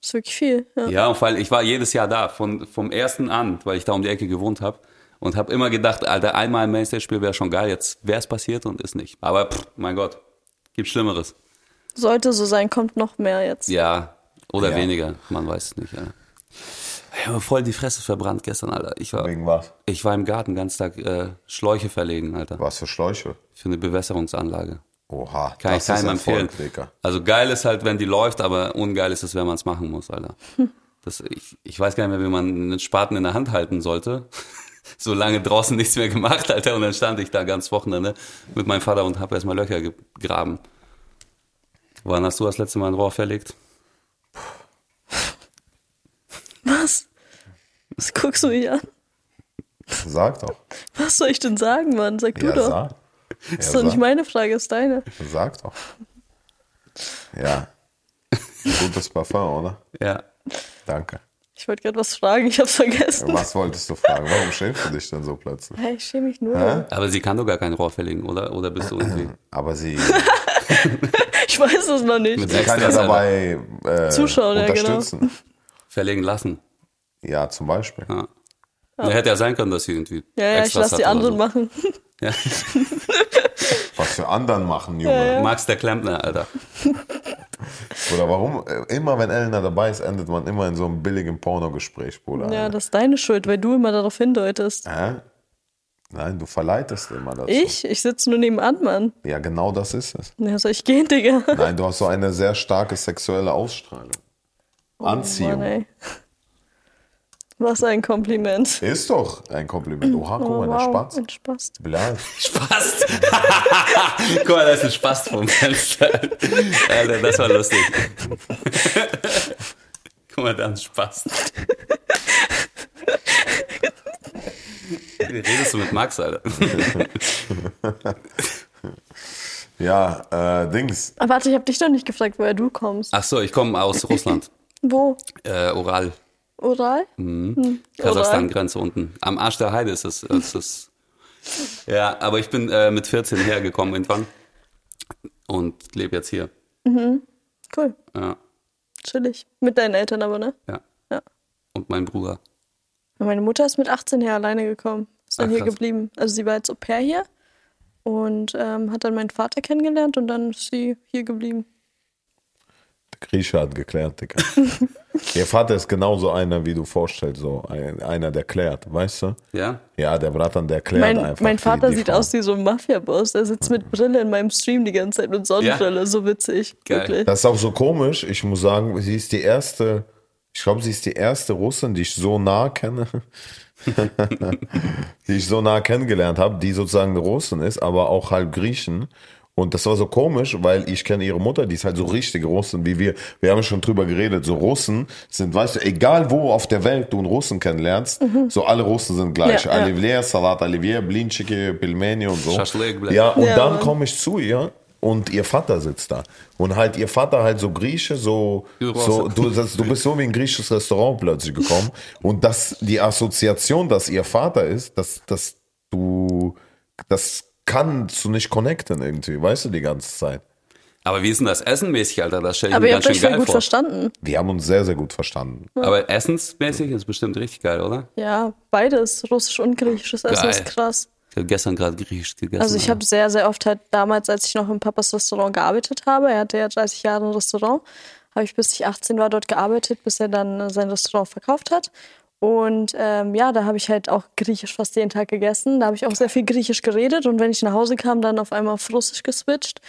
S3: Ist wirklich viel. Ja.
S2: Ja, und weil ich war jedes Jahr da, von, vom ersten an, weil ich da um die Ecke gewohnt habe. Und habe immer gedacht, Alter, einmal ein Mainstage-Spiel wäre schon geil, jetzt wäre es passiert und ist nicht. Aber pff, mein Gott, gibt Schlimmeres.
S3: Sollte so sein, kommt noch mehr jetzt.
S2: Ja, oder
S1: Ja.
S2: weniger, man weiß es nicht. Ja. Ich habe voll die Fresse verbrannt gestern, Alter. Ich war,
S1: Wegen was?
S2: ich war im Garten ganz Tag äh, Schläuche verlegen, Alter,
S1: Was für Schläuche?
S2: für eine Bewässerungsanlage.
S1: Oha,
S2: Kann
S1: das
S2: ich
S1: ist
S2: keinem
S1: Erfolg,
S2: empfehlen.
S1: Digga.
S2: Also geil ist halt, wenn die läuft, aber ungeil ist es, wenn man es machen
S1: <laughs>
S2: muss, Alter. Das, ich, ich weiß gar nicht mehr, wie man einen Spaten in der Hand halten sollte. <laughs> so lange draußen nichts mehr gemacht, Alter. Und dann stand ich da ganz Wochenende mit meinem Vater und habe erstmal Löcher gegraben. Wann hast du das letzte Mal ein Rohr verlegt?
S3: Was? Was guckst du mich an?
S1: Sag doch.
S3: Was soll ich denn sagen, Mann? Sag du
S1: Ja,
S3: doch.
S1: sag.
S3: das
S1: Ja,
S3: ist doch nicht
S1: sag.
S3: meine Frage, ist deine.
S1: Sag doch. Ja. Gutes Parfum, oder?
S2: Ja.
S1: Danke.
S3: Ich wollte gerade was fragen, ich hab's vergessen.
S1: Was wolltest du fragen? Warum schämst du dich denn so plötzlich?
S3: Hey, ich schäme mich nur.
S2: Aber sie kann doch gar kein Rohr verlegen, oder? Oder bist du irgendwie.
S1: Aber sie,
S3: Ich weiß es noch nicht.
S2: Mit
S1: sie kann ja
S2: Extra-
S1: dabei äh,
S3: Zuschauen, ja, genau.
S1: unterstützen.
S2: Verlegen lassen.
S1: Ja, zum Beispiel.
S2: Ja. Ja. Hätte ja sein können, dass sie irgendwie.
S3: Ja, ja, ich
S2: Extras
S3: lasse die
S2: hat oder
S3: anderen
S2: so.
S3: machen.
S1: Was für anderen machen, Junge.
S2: Max der Klempner, Alter.
S1: Oder warum? äh, Immer wenn Elena dabei ist, endet man immer in so einem billigen Pornogespräch, Bruder.
S3: Ja, das ist deine Schuld, weil du immer darauf hindeutest.
S1: Hä? Nein, du verleitest immer dazu.
S3: Ich? Ich sitze nur nebenan, Mann.
S1: Ja, genau das ist es.
S3: Ja, soll ich gehen, Digga?
S1: Nein, du hast so eine sehr starke sexuelle Ausstrahlung. Anziehung.
S3: Oh Mann, ey. Was ein Kompliment. Oh,
S1: ist doch ein Kompliment. Oha,
S2: Oh,
S1: guck mal, der Spatz.
S3: Ein Spaß.
S1: Blöd.
S2: Spaß. <laughs> Guck mal, da ist ein Spaß vom Fenster. Alter, das war lustig. <laughs> Guck mal, da ist ein Spaß. Wie redest du mit Max, Alter?
S1: Ja, äh, Dings.
S3: Aber Ah, warte, ich habe dich doch nicht gefragt, woher du kommst.
S2: Ach so, ich komme aus Russland.
S3: Wo?
S2: Äh, oral.
S3: Oral?
S2: Hm. Kasachstan-Grenze unten. Am Arsch der Heide ist es. es
S3: <laughs>
S2: ist, ja, aber ich bin äh, mit 14 hergekommen irgendwann und lebe jetzt hier.
S3: Cool.
S2: Ja,
S3: Chillig. Mit deinen Eltern aber, ne?
S2: ja.
S3: Ja.
S2: Und mein Bruder.
S3: Und Meine Mutter ist mit 18 her alleine gekommen. Ist dann
S2: Ach,
S3: hier
S2: krass.
S3: geblieben. Also sie war jetzt Au pair hier und ähm, hat dann meinen Vater kennengelernt und dann ist sie hier geblieben.
S1: Der Grieche hat geklärt,
S3: <laughs>
S1: Digga. Ihr Vater ist genauso einer, wie du vorstellst, so ein, einer, der klärt, weißt du?
S2: Ja?
S1: Ja, der Bratan, der klärt
S3: Mein,
S1: einfach.
S3: mein
S1: die-
S3: Vater
S1: die
S3: sieht
S1: Frau.
S3: aus wie so ein Mafia-Boss. Er sitzt mit Brille in meinem Stream die ganze Zeit mit Sonnenbrille. So witzig.
S2: Geil.
S3: Wirklich.
S1: Das ist auch so komisch. Ich muss sagen, sie ist die erste, ich glaube, sie ist die erste Russin, die ich so nah kenne, <laughs> die ich so nah kennengelernt habe, die sozusagen eine Russin ist, aber auch halb Griechen. Und das war so komisch, weil ich kenne ihre Mutter, die ist halt so richtig Russin wie wir. Wir haben schon drüber geredet, so Russen sind, weißt du, egal wo auf der Welt du einen Russen kennenlernst, so alle Russen sind gleich.
S3: Mhm. Ja, ja.
S1: Olivier, Salat Olivier, Blinchiki, Pilmeni und so.
S2: Schaschlik, Blech.
S1: ja, und
S3: Ja,
S1: dann
S3: Mann.
S1: kommt komme ich zu ihr und ihr Vater sitzt da. Und halt ihr Vater halt so Grieche, so,
S2: Du brauchst-
S1: so du, das, du bist so wie ein griechisches Restaurant plötzlich gekommen. Und das, die Assoziation, dass ihr Vater ist, dass, dass du, das kannst du nicht connecten irgendwie, weißt du, die ganze Zeit.
S2: Aber wie ist denn das essenmäßig, Alter? Das stelle ich
S3: Aber
S2: mir
S3: ihr
S2: ganz
S3: habt
S2: schön
S3: euch voll
S2: geil
S3: gut
S2: vor.
S3: verstanden.
S1: Wir haben uns sehr, sehr gut verstanden.
S2: Aber essensmäßig ist bestimmt richtig geil, oder?
S3: Ja, beides. Russisch und griechisches Essen
S2: Geil.
S3: ist krass.
S2: Ich habe gestern gerade griechisch gegessen.
S3: Also ich
S2: Alter.
S3: habe sehr, sehr oft halt damals, als ich noch in Papas Restaurant gearbeitet habe, er hatte ja 30 Jahre ein Restaurant, habe ich bis ich 18 war dort gearbeitet, bis er dann äh, sein Restaurant verkauft hat. Und ähm, ja, da habe ich halt auch Griechisch fast jeden Tag gegessen. Da habe ich auch sehr viel Griechisch geredet und wenn ich nach Hause kam, dann auf einmal auf Russisch geswitcht.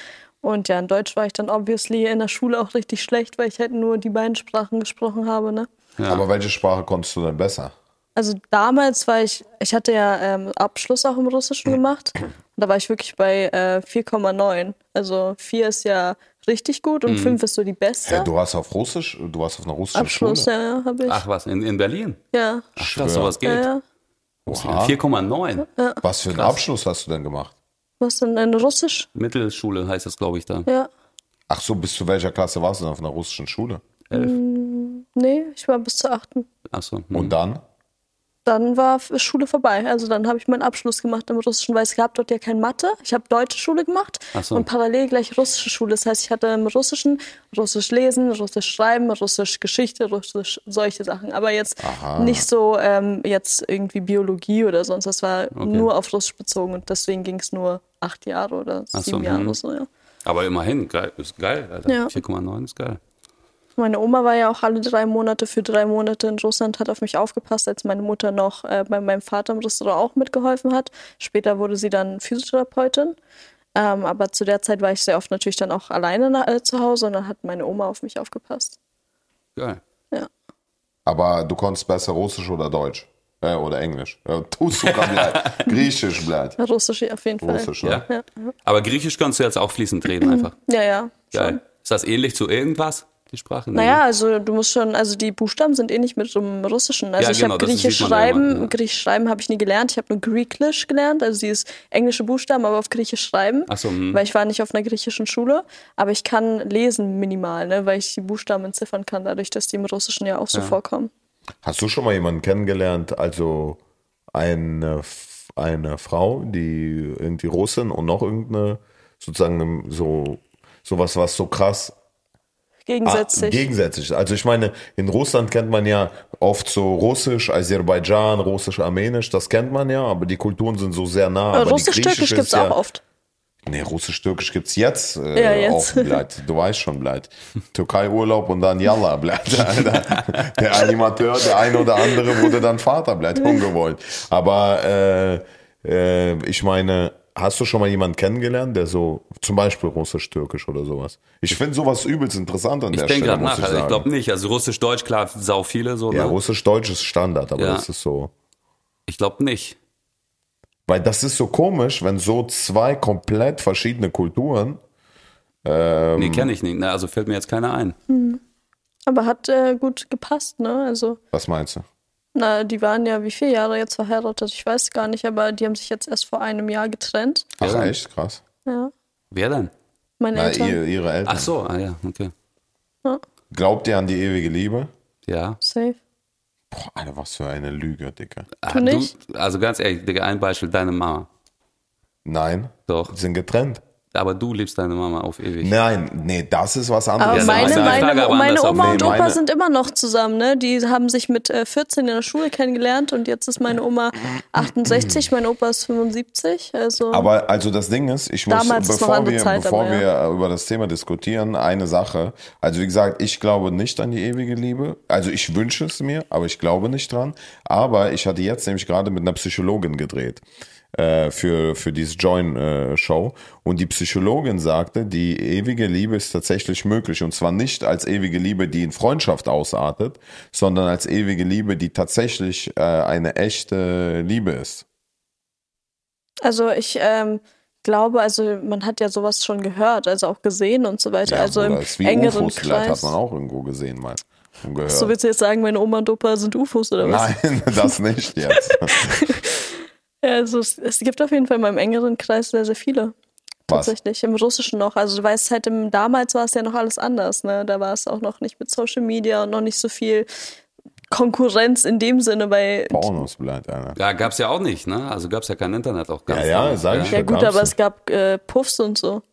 S3: Und ja, in Deutsch war ich dann obviously in der Schule auch richtig schlecht, weil ich halt nur die beiden Sprachen gesprochen habe, ne?
S1: Aber welche Sprache konntest du denn besser?
S3: Also damals war ich, ich hatte ja ähm, Abschluss auch im Russischen gemacht und da war ich wirklich bei äh, 4,9. Also 4 ist ja richtig gut
S2: Mhm.
S3: und 5 ist so die beste.
S1: Hä, du warst auf Russisch, du warst auf einer russischen
S3: Abschluss,
S1: Schule.
S3: ja, ja, habe ich.
S2: Ach was, in, in Berlin?
S3: Ja,
S2: Ach, dass sowas geht.
S3: ja, ja.
S1: Oha.
S2: 4,9.
S1: Was für einen Abschluss hast du denn gemacht?
S3: Was denn in Russisch?
S2: Mittelschule heißt das, glaube ich, da.
S3: Ja.
S1: Ach so, bis zu welcher Klasse warst du denn auf einer russischen Schule?
S3: Nee, ich war bis zur 8.
S2: Ach so. hm.
S1: Und dann?
S3: Dann war F- Schule vorbei. Also dann habe ich meinen Abschluss gemacht im Russischen, weil es gab dort ja kein Mathe. Ich habe deutsche Schule gemacht
S2: Ach so.
S3: und parallel gleich russische Schule. Das heißt, ich hatte im Russischen Russisch lesen, Russisch schreiben, Russisch Geschichte, Russisch solche Sachen. Aber jetzt nicht so ähm, jetzt irgendwie Biologie oder sonst. Das war nur auf Russisch bezogen und deswegen ging es nur acht Jahre oder
S2: Ach so,
S3: sieben Jahre
S2: mhm.
S3: oder so. Ja.
S2: Aber immerhin, geil, ist geil, Alter.
S3: Ja.
S2: 4,9 ist geil.
S3: Meine Oma war ja auch alle drei Monate für drei Monate in Russland, hat auf mich aufgepasst, als meine Mutter noch äh, bei meinem Vater im Restaurant auch mitgeholfen hat. Später wurde sie dann Physiotherapeutin. Ähm, aber zu der Zeit war ich sehr oft natürlich dann auch alleine na, äh, zu Hause und dann hat meine Oma auf mich aufgepasst.
S2: Geil.
S3: Ja.
S1: Aber du konntest besser Russisch oder Deutsch? Äh, oder Englisch? Äh, tust du gerade leid. Griechisch bleibt.
S3: Russisch auf jeden Fall.
S1: Russisch, ne?
S2: Ja? Aber Griechisch kannst du jetzt auch fließend
S3: Mhm.
S2: reden einfach.
S3: Ja, ja.
S2: Geil. Ist das ähnlich zu irgendwas, die Sprache? Nee,
S3: Naja,
S2: ne?
S3: also du musst schon, also die Buchstaben sind ähnlich mit so einem Russischen. Also
S2: Ja,
S3: ich
S2: genau,
S3: habe
S2: das
S3: Griechisch
S2: sieht man ja
S3: schreiben,
S2: immer, ja.
S3: Griechisch schreiben habe ich nie gelernt. Ich habe nur Griechisch gelernt, also dieses englische Buchstaben, aber auf Griechisch schreiben,
S2: Ach so, hm.
S3: weil ich war nicht auf einer griechischen Schule. Aber ich kann lesen minimal, ne, weil ich die Buchstaben entziffern kann, dadurch, dass die im Russischen ja auch so vorkommen.
S1: Hast du schon mal jemanden kennengelernt, also eine, F- eine Frau, die irgendwie Russin und noch irgendeine, sozusagen so sowas, was so krass Ah,
S3: Gegensätzlich.
S1: gegensätzlich. Also ich meine, in Russland kennt man ja oft so Russisch, Aserbaidschan, Russisch, Armenisch, das kennt man ja, aber die Kulturen sind so sehr nah.
S3: Äh,
S1: aber die
S3: Russisch-Türkisch
S1: griechische
S3: gibt es
S1: ist ja,
S3: auch oft.
S1: Nee, Russisch-Türkisch gibt's jetzt, äh,
S3: Ja, jetzt.
S1: auch bleibt. Du weißt schon, bleibt. Türkei-Urlaub und dann Yalla
S3: <laughs>
S1: bleibt. <laughs> der Animateur, der ein oder andere wurde dann Vater bleibt, ungewollt. Aber äh, äh, ich meine, hast du schon mal jemanden kennengelernt, der so, zum Beispiel Russisch-Türkisch oder sowas? Ich finde sowas übelst interessant an
S2: Ich
S1: der
S2: denke
S1: Stelle,
S2: gerade
S1: muss
S2: nach,
S1: ich
S2: also ich
S1: sagen.
S2: glaube nicht. Also Russisch-Deutsch, klar, sau viele so.
S1: ja,
S2: ne?
S1: Russisch-Deutsch ist Standard, aber
S2: Ja.
S1: das ist so...
S2: Ich glaube nicht.
S1: Weil das ist so komisch, wenn so zwei komplett verschiedene Kulturen Mhm.
S2: nee, kenne ich nicht. Na, also fällt mir jetzt keiner ein.
S3: Aber hat äh, gut gepasst, ne? Also,
S1: Was meinst du?
S3: na, die waren ja wie vier Jahre jetzt verheiratet, ich weiß gar nicht, aber die haben sich jetzt erst vor einem Jahr getrennt.
S1: Ach,
S2: Ja.
S1: echt krass.
S3: Ja,
S2: Wer denn?
S3: meine
S1: Na,
S3: Eltern.
S1: ihr, ihre Eltern.
S2: Ach so, ah ja, okay.
S3: Ja,
S1: Glaubt ihr an die ewige Liebe?
S2: Ja.
S3: safe.
S1: Boah, Alter, was für eine Lüge, Dicker.
S2: Ah,
S3: nicht?
S2: also ganz ehrlich, Digga, ein Beispiel, deine Mama.
S1: Nein.
S2: Doch.
S1: Die sind getrennt.
S2: Aber du liebst deine Mama auf ewig.
S1: Nein, nee, das ist was anderes.
S3: Aber
S2: Ja,
S3: meine,
S2: meine
S3: meine,
S2: Frage aber
S3: meine
S2: anders
S3: Oma
S1: auf-
S3: und
S1: Nee,
S3: Opa
S1: meine-
S3: sind immer noch zusammen, ne? Die haben sich mit äh, 14 in der Schule kennengelernt und jetzt ist meine Oma 68, mein Opa ist 75. Also
S1: Aber also das Ding ist, ich muss,
S3: Damals ist noch
S1: bevor,
S3: andere
S1: wir,
S3: Zeit,
S1: bevor
S3: aber
S1: wir
S3: ja.
S1: äh, über das Thema diskutieren, eine Sache. Also wie gesagt, ich glaube nicht an die ewige Liebe. Also ich wünsche es mir, aber ich glaube nicht dran. Aber ich hatte jetzt nämlich gerade mit einer Psychologin gedreht äh, für, für diese Join-Show. Und die Psychologin sagte, die ewige Liebe ist tatsächlich möglich. Und zwar nicht als ewige Liebe, die in Freundschaft ausartet, sondern als ewige Liebe, die tatsächlich äh, eine echte Liebe ist.
S3: Also ich ähm, glaube, also man hat ja sowas schon gehört, also auch gesehen und so weiter.
S1: Ja,
S3: also im
S1: Bruder, ist wie
S3: engeren
S1: UFOs vielleicht
S3: Kreis.
S1: hat man auch irgendwo gesehen mal und gehört.
S3: so willst du jetzt sagen, meine Oma und Opa sind UFOs oder was?
S1: Nein, <laughs> das nicht jetzt.
S3: Also es, es gibt auf jeden Fall in meinem engeren Kreis sehr, sehr viele.
S1: Was?
S3: <laughs> Tatsächlich, im Russischen noch. Also du weißt halt, im, damals war es ja noch alles anders. Ne? Da war es auch noch nicht mit Social Media und noch nicht so viel Konkurrenz in dem Sinne, weil
S1: Pornos bleibt einer.
S2: Ja, gab's ja auch nicht, ne? Also gab's ja kein Internet auch ganz
S1: Ja, ja,
S2: damals,
S1: sag ich
S3: ja
S1: Da
S3: gut,
S1: gab's
S3: aber
S1: es.
S3: es gab äh, Puffs und so.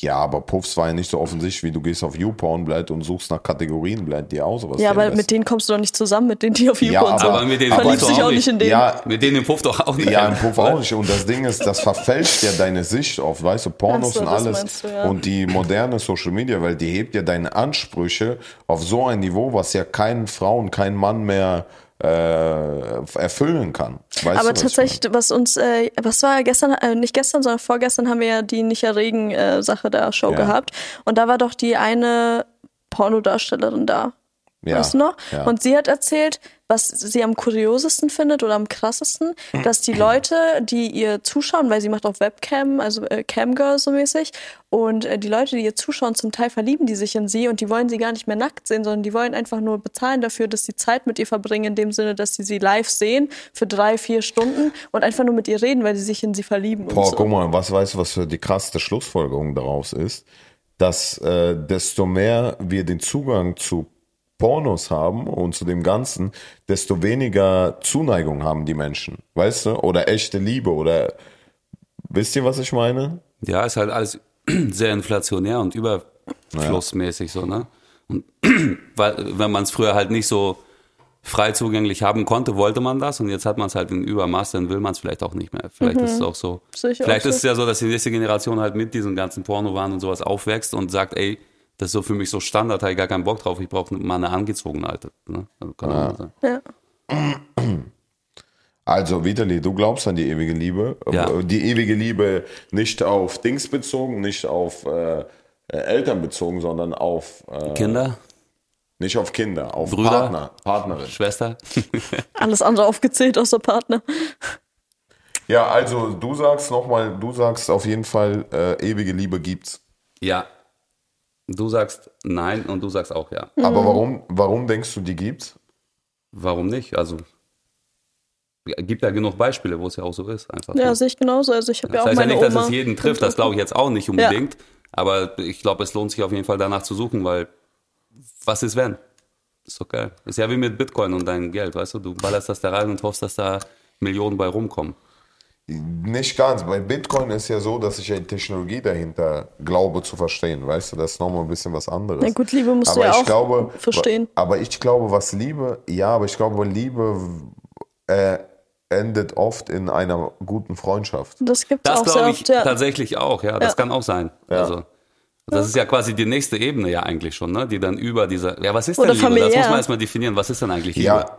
S1: Ja, aber Puffs war ja nicht so offensichtlich, wie du gehst auf YouPorn bleibt und suchst nach Kategorien bleibt dir aus. Was
S3: Ja,
S1: dir am
S3: aber mit
S1: besten-
S3: denen kommst du doch nicht zusammen, mit denen die auf
S1: Ja,
S3: Jupo und so.
S1: aber
S2: mit denen
S3: Verliebst
S2: kommst du
S3: dich
S2: auch
S3: auch
S2: nicht.
S3: nicht in denen.
S1: ja,
S2: Mit denen im Puff doch auch nicht.
S1: ja, im Puff auch nicht. Und das Ding ist, das verfälscht ja deine Sicht auf, weißt du, Pornos
S3: Ach so,
S1: und
S3: das
S1: alles.
S3: meinst du, ja.
S1: Und die moderne Social Media, weil die hebt ja deine Ansprüche auf so ein Niveau, was ja kein Frauen, kein Mann mehr äh, erfüllen kann. Weißt
S3: Aber
S1: du, was ich
S3: tatsächlich, was uns, äh, was war ja gestern, äh, nicht gestern, sondern vorgestern haben wir ja die Nicht erregen äh, Sache der Show
S1: Ja.
S3: gehabt. Und da war doch die eine Pornodarstellerin da.
S1: Ja,
S3: Weißt du noch?
S1: ja.
S3: Und sie hat erzählt, was sie am kuriosesten findet oder am krassesten, dass die Leute, die ihr zuschauen, weil sie macht auch Webcam, also äh, Camgirl so mäßig, und äh, die Leute, die ihr zuschauen, zum Teil verlieben die sich in sie und die wollen sie gar nicht mehr nackt sehen, sondern die wollen einfach nur bezahlen dafür, dass sie Zeit mit ihr verbringen, in dem Sinne, dass sie sie live sehen für drei, vier Stunden und einfach nur mit ihr reden, weil sie sich in sie verlieben. und
S1: Boah,
S3: so.
S1: guck mal, was weißt du, was für die krasseste Schlussfolgerung daraus ist? Dass äh, desto mehr wir den Zugang zu Pornos haben und zu dem Ganzen, desto weniger Zuneigung haben die Menschen, weißt du? Oder echte Liebe oder wisst ihr, was ich meine?
S2: Ja, ist halt alles <clears throat> sehr inflationär und überflussmäßig so, ne? Und <clears throat> weil, wenn man es früher halt nicht so frei zugänglich haben konnte, wollte man das und jetzt hat man es halt in Übermaß, dann will man es vielleicht auch nicht mehr. Vielleicht ist es auch so.
S3: Sicher
S2: vielleicht
S3: auch
S2: ist es ja so, dass die nächste Generation halt mit diesen ganzen Pornowaren und sowas aufwächst und sagt, ey, das ist so für mich so Standard, habe ich gar keinen Bock drauf, ich brauche mal eine angezogene Alte. Ne? Also kann auch sein.
S3: Ja.
S1: Also, Vitali, du glaubst an die ewige Liebe.
S2: Ja.
S1: Die ewige Liebe nicht auf Dings bezogen, nicht auf äh, äh, Eltern bezogen, sondern auf, äh,
S2: Kinder,
S1: nicht auf Kinder, auf
S2: Brüder?
S1: Partner, Partnerin.
S2: Schwester, <laughs>
S3: Alles andere aufgezählt außer Partner.
S1: Ja, also du sagst nochmal, du sagst auf jeden Fall, äh, ewige Liebe gibt's.
S2: ja. Du sagst nein und du sagst auch ja.
S3: Mhm.
S1: Aber warum, warum denkst du, die gibt's?
S2: Warum nicht? Also ja, gibt ja genug Beispiele, wo es ja auch so ist. Einfach.
S3: Ja,
S2: so.
S3: sehe ich genauso. Also ich habe
S2: Das
S3: ja, auch
S2: heißt ja
S3: meine
S2: nicht,
S3: Oma.
S2: dass es jeden trifft, das glaube ich jetzt auch nicht unbedingt. Aber ich glaube, es lohnt sich auf jeden Fall danach zu suchen, weil was ist wenn? Ist doch geil. Ist ja wie mit Bitcoin und deinem Geld, weißt du? Du ballerst das da rein und hoffst, dass da Millionen bei rumkommen.
S1: Nicht ganz. Bei Bitcoin ist ja so, dass ich ja die Technologie dahinter glaube zu verstehen. Weißt du, das ist nochmal ein bisschen was anderes.
S3: Na gut, Liebe musst du ja
S1: ich
S3: auch verstehen.
S1: wa- Aber ich glaube, was Liebe, ja, aber ich glaube, Liebe äh, endet oft in einer guten Freundschaft.
S3: Das gibt es
S2: Das
S3: auch sehr
S2: glaube ich
S3: oft. Ja.
S2: tatsächlich auch, ja. Das
S3: Ja.
S2: kann auch sein. Also, das ist ja quasi die nächste Ebene ja eigentlich schon, ne? Die dann über dieser. Ja, was ist
S3: Oder
S2: denn Liebe? Das
S3: familiär.
S2: muss man erstmal definieren. Was ist denn eigentlich Liebe?
S1: Ja,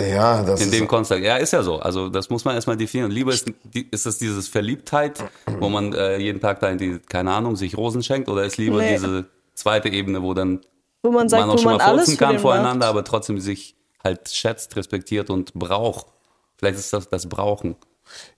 S1: ja, das
S2: In
S1: ist
S2: dem Kontext. Ja, ist ja so. Also das muss man erstmal definieren. Liebe ist, die- ist das dieses Verliebtheit, wo man äh, jeden Tag da in die, keine Ahnung, sich Rosen schenkt, oder ist Liebe
S3: Nee.
S2: diese zweite Ebene, wo dann
S3: Wo man sagt,
S2: man auch
S3: wo
S2: schon
S3: man
S2: mal
S3: alles
S2: furzen
S3: für
S2: kann
S3: den
S2: voreinander,
S3: macht.
S2: aber trotzdem sich halt schätzt, respektiert und braucht. Vielleicht ist das das Brauchen.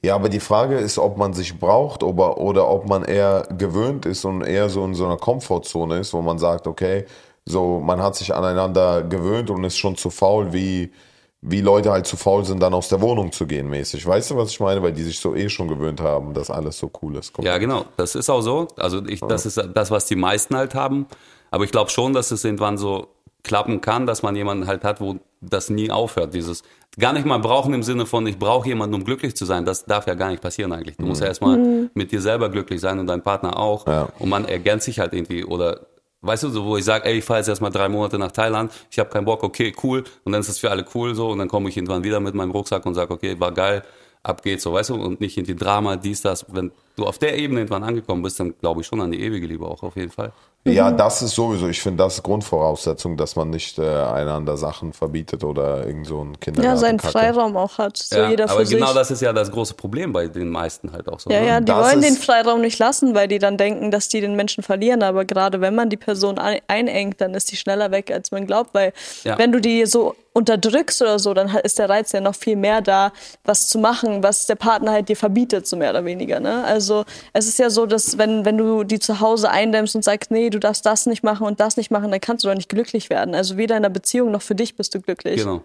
S1: Ja, aber die Frage ist, ob man sich braucht oder, oder ob man eher gewöhnt ist und eher so in so einer Komfortzone ist, wo man sagt, okay, so man hat sich aneinander gewöhnt und ist schon zu faul, wie, wie Leute halt zu faul sind, dann aus der Wohnung zu gehen mäßig. Weißt du, was ich meine? Weil die sich so eh schon gewöhnt haben, dass alles so cool ist. Guck.
S2: Ja, genau. Das ist auch so. Also ich, das ist das, was die meisten halt haben. Aber ich glaube schon, dass es irgendwann so klappen kann, dass man jemanden halt hat, wo das nie aufhört. Dieses gar nicht mal brauchen im Sinne von, ich brauche jemanden, um glücklich zu sein. Das darf ja gar nicht passieren eigentlich. Du musst ja erstmal mit dir selber glücklich sein und dein Partner auch.
S1: Ja.
S2: Und man ergänzt sich halt irgendwie oder Weißt du, so wo ich sage, ey, ich fahre jetzt erstmal drei Monate nach Thailand, ich habe keinen Bock, okay, cool. Und dann ist es für alle cool so. Und dann komme ich irgendwann wieder mit meinem Rucksack und sage, okay, war geil, ab geht's so, weißt du? Und nicht irgendwie Drama, dies, das. Wenn du auf der Ebene irgendwann angekommen bist, dann glaube ich schon an die ewige Liebe auch auf jeden Fall.
S1: Ja, das ist sowieso, ich finde, das ist Grundvoraussetzung, dass man nicht äh, einander Sachen verbietet oder irgend so ein Kindergarten.
S3: Ja, seinen Freiraum auch hat. So
S2: ja,
S3: jeder für
S2: aber genau
S3: sich.
S2: das ist ja das große Problem bei den meisten halt auch so.
S3: Ja,
S2: ne?
S3: ja, die
S1: Das
S3: wollen den
S1: ist-
S3: Freiraum nicht lassen, weil die dann denken, dass die den Menschen verlieren. Aber gerade wenn man die Person ein einengt, dann ist die schneller weg, als man glaubt. Weil
S2: Ja.
S3: wenn du die so unterdrückst oder so, dann hat- ist der Reiz ja noch viel mehr da, was zu machen, was der Partner halt dir verbietet, so mehr oder weniger. Ne? Also es ist ja so, dass wenn, wenn du die zu Hause eindämmst und sagst, nee, du darfst das nicht machen und das nicht machen, dann kannst du doch nicht glücklich werden. Also weder in der Beziehung noch für dich bist du glücklich.
S2: Genau.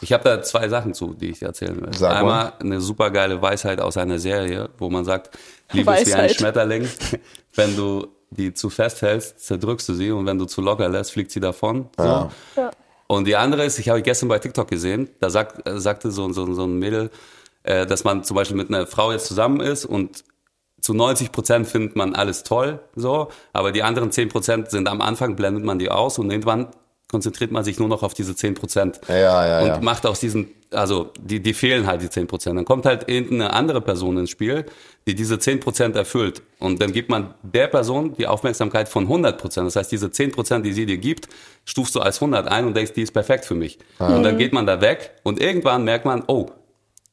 S2: Ich habe da zwei Sachen zu, die ich erzählen will.
S1: Sag mal.
S2: Einmal eine super geile Weisheit aus einer Serie, wo man sagt, Liebe ist wie ein
S3: Weisheit.
S1: <laughs>
S2: Schmetterling. Wenn du die zu fest hältst, zerdrückst du sie und wenn du zu locker lässt, fliegt sie davon. So. Und die andere ist, ich habe gestern bei TikTok gesehen, da sagt, äh, sagte so, so, so ein Mädel, äh, dass man zum Beispiel mit einer Frau jetzt zusammen ist und zu 90 Prozent findet man alles toll, so, aber die anderen 10 Prozent sind am Anfang, blendet man die aus und irgendwann konzentriert man sich nur noch auf diese 10 Prozent.
S1: Ja, ja,
S2: Und
S1: ja.
S2: macht aus diesen, also die, die fehlen halt die 10 Prozent. Dann kommt halt irgendeine andere Person ins Spiel, die diese 10 Prozent erfüllt. Und dann gibt man der Person die Aufmerksamkeit von 100 Prozent. Das heißt, diese 10 Prozent, die sie dir gibt, stufst du als 100 ein und denkst, die ist perfekt für mich. Und dann geht man da weg und irgendwann merkt man, oh,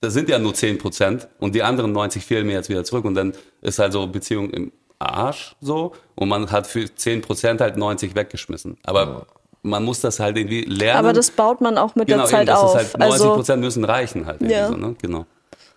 S2: das sind ja nur 10 Prozent und die anderen 90 fehlen mir jetzt wieder zurück und dann ist halt so Beziehung im Arsch so und man hat für 10 Prozent halt 90 weggeschmissen. Aber man muss das halt irgendwie lernen.
S3: Aber das baut man auch mit der
S2: Genau, eben,
S3: Zeit
S2: das
S3: auf.
S2: ist halt 90
S3: also,
S2: Prozent müssen reichen halt.
S3: Ja.
S2: Ja. So, ne? Genau.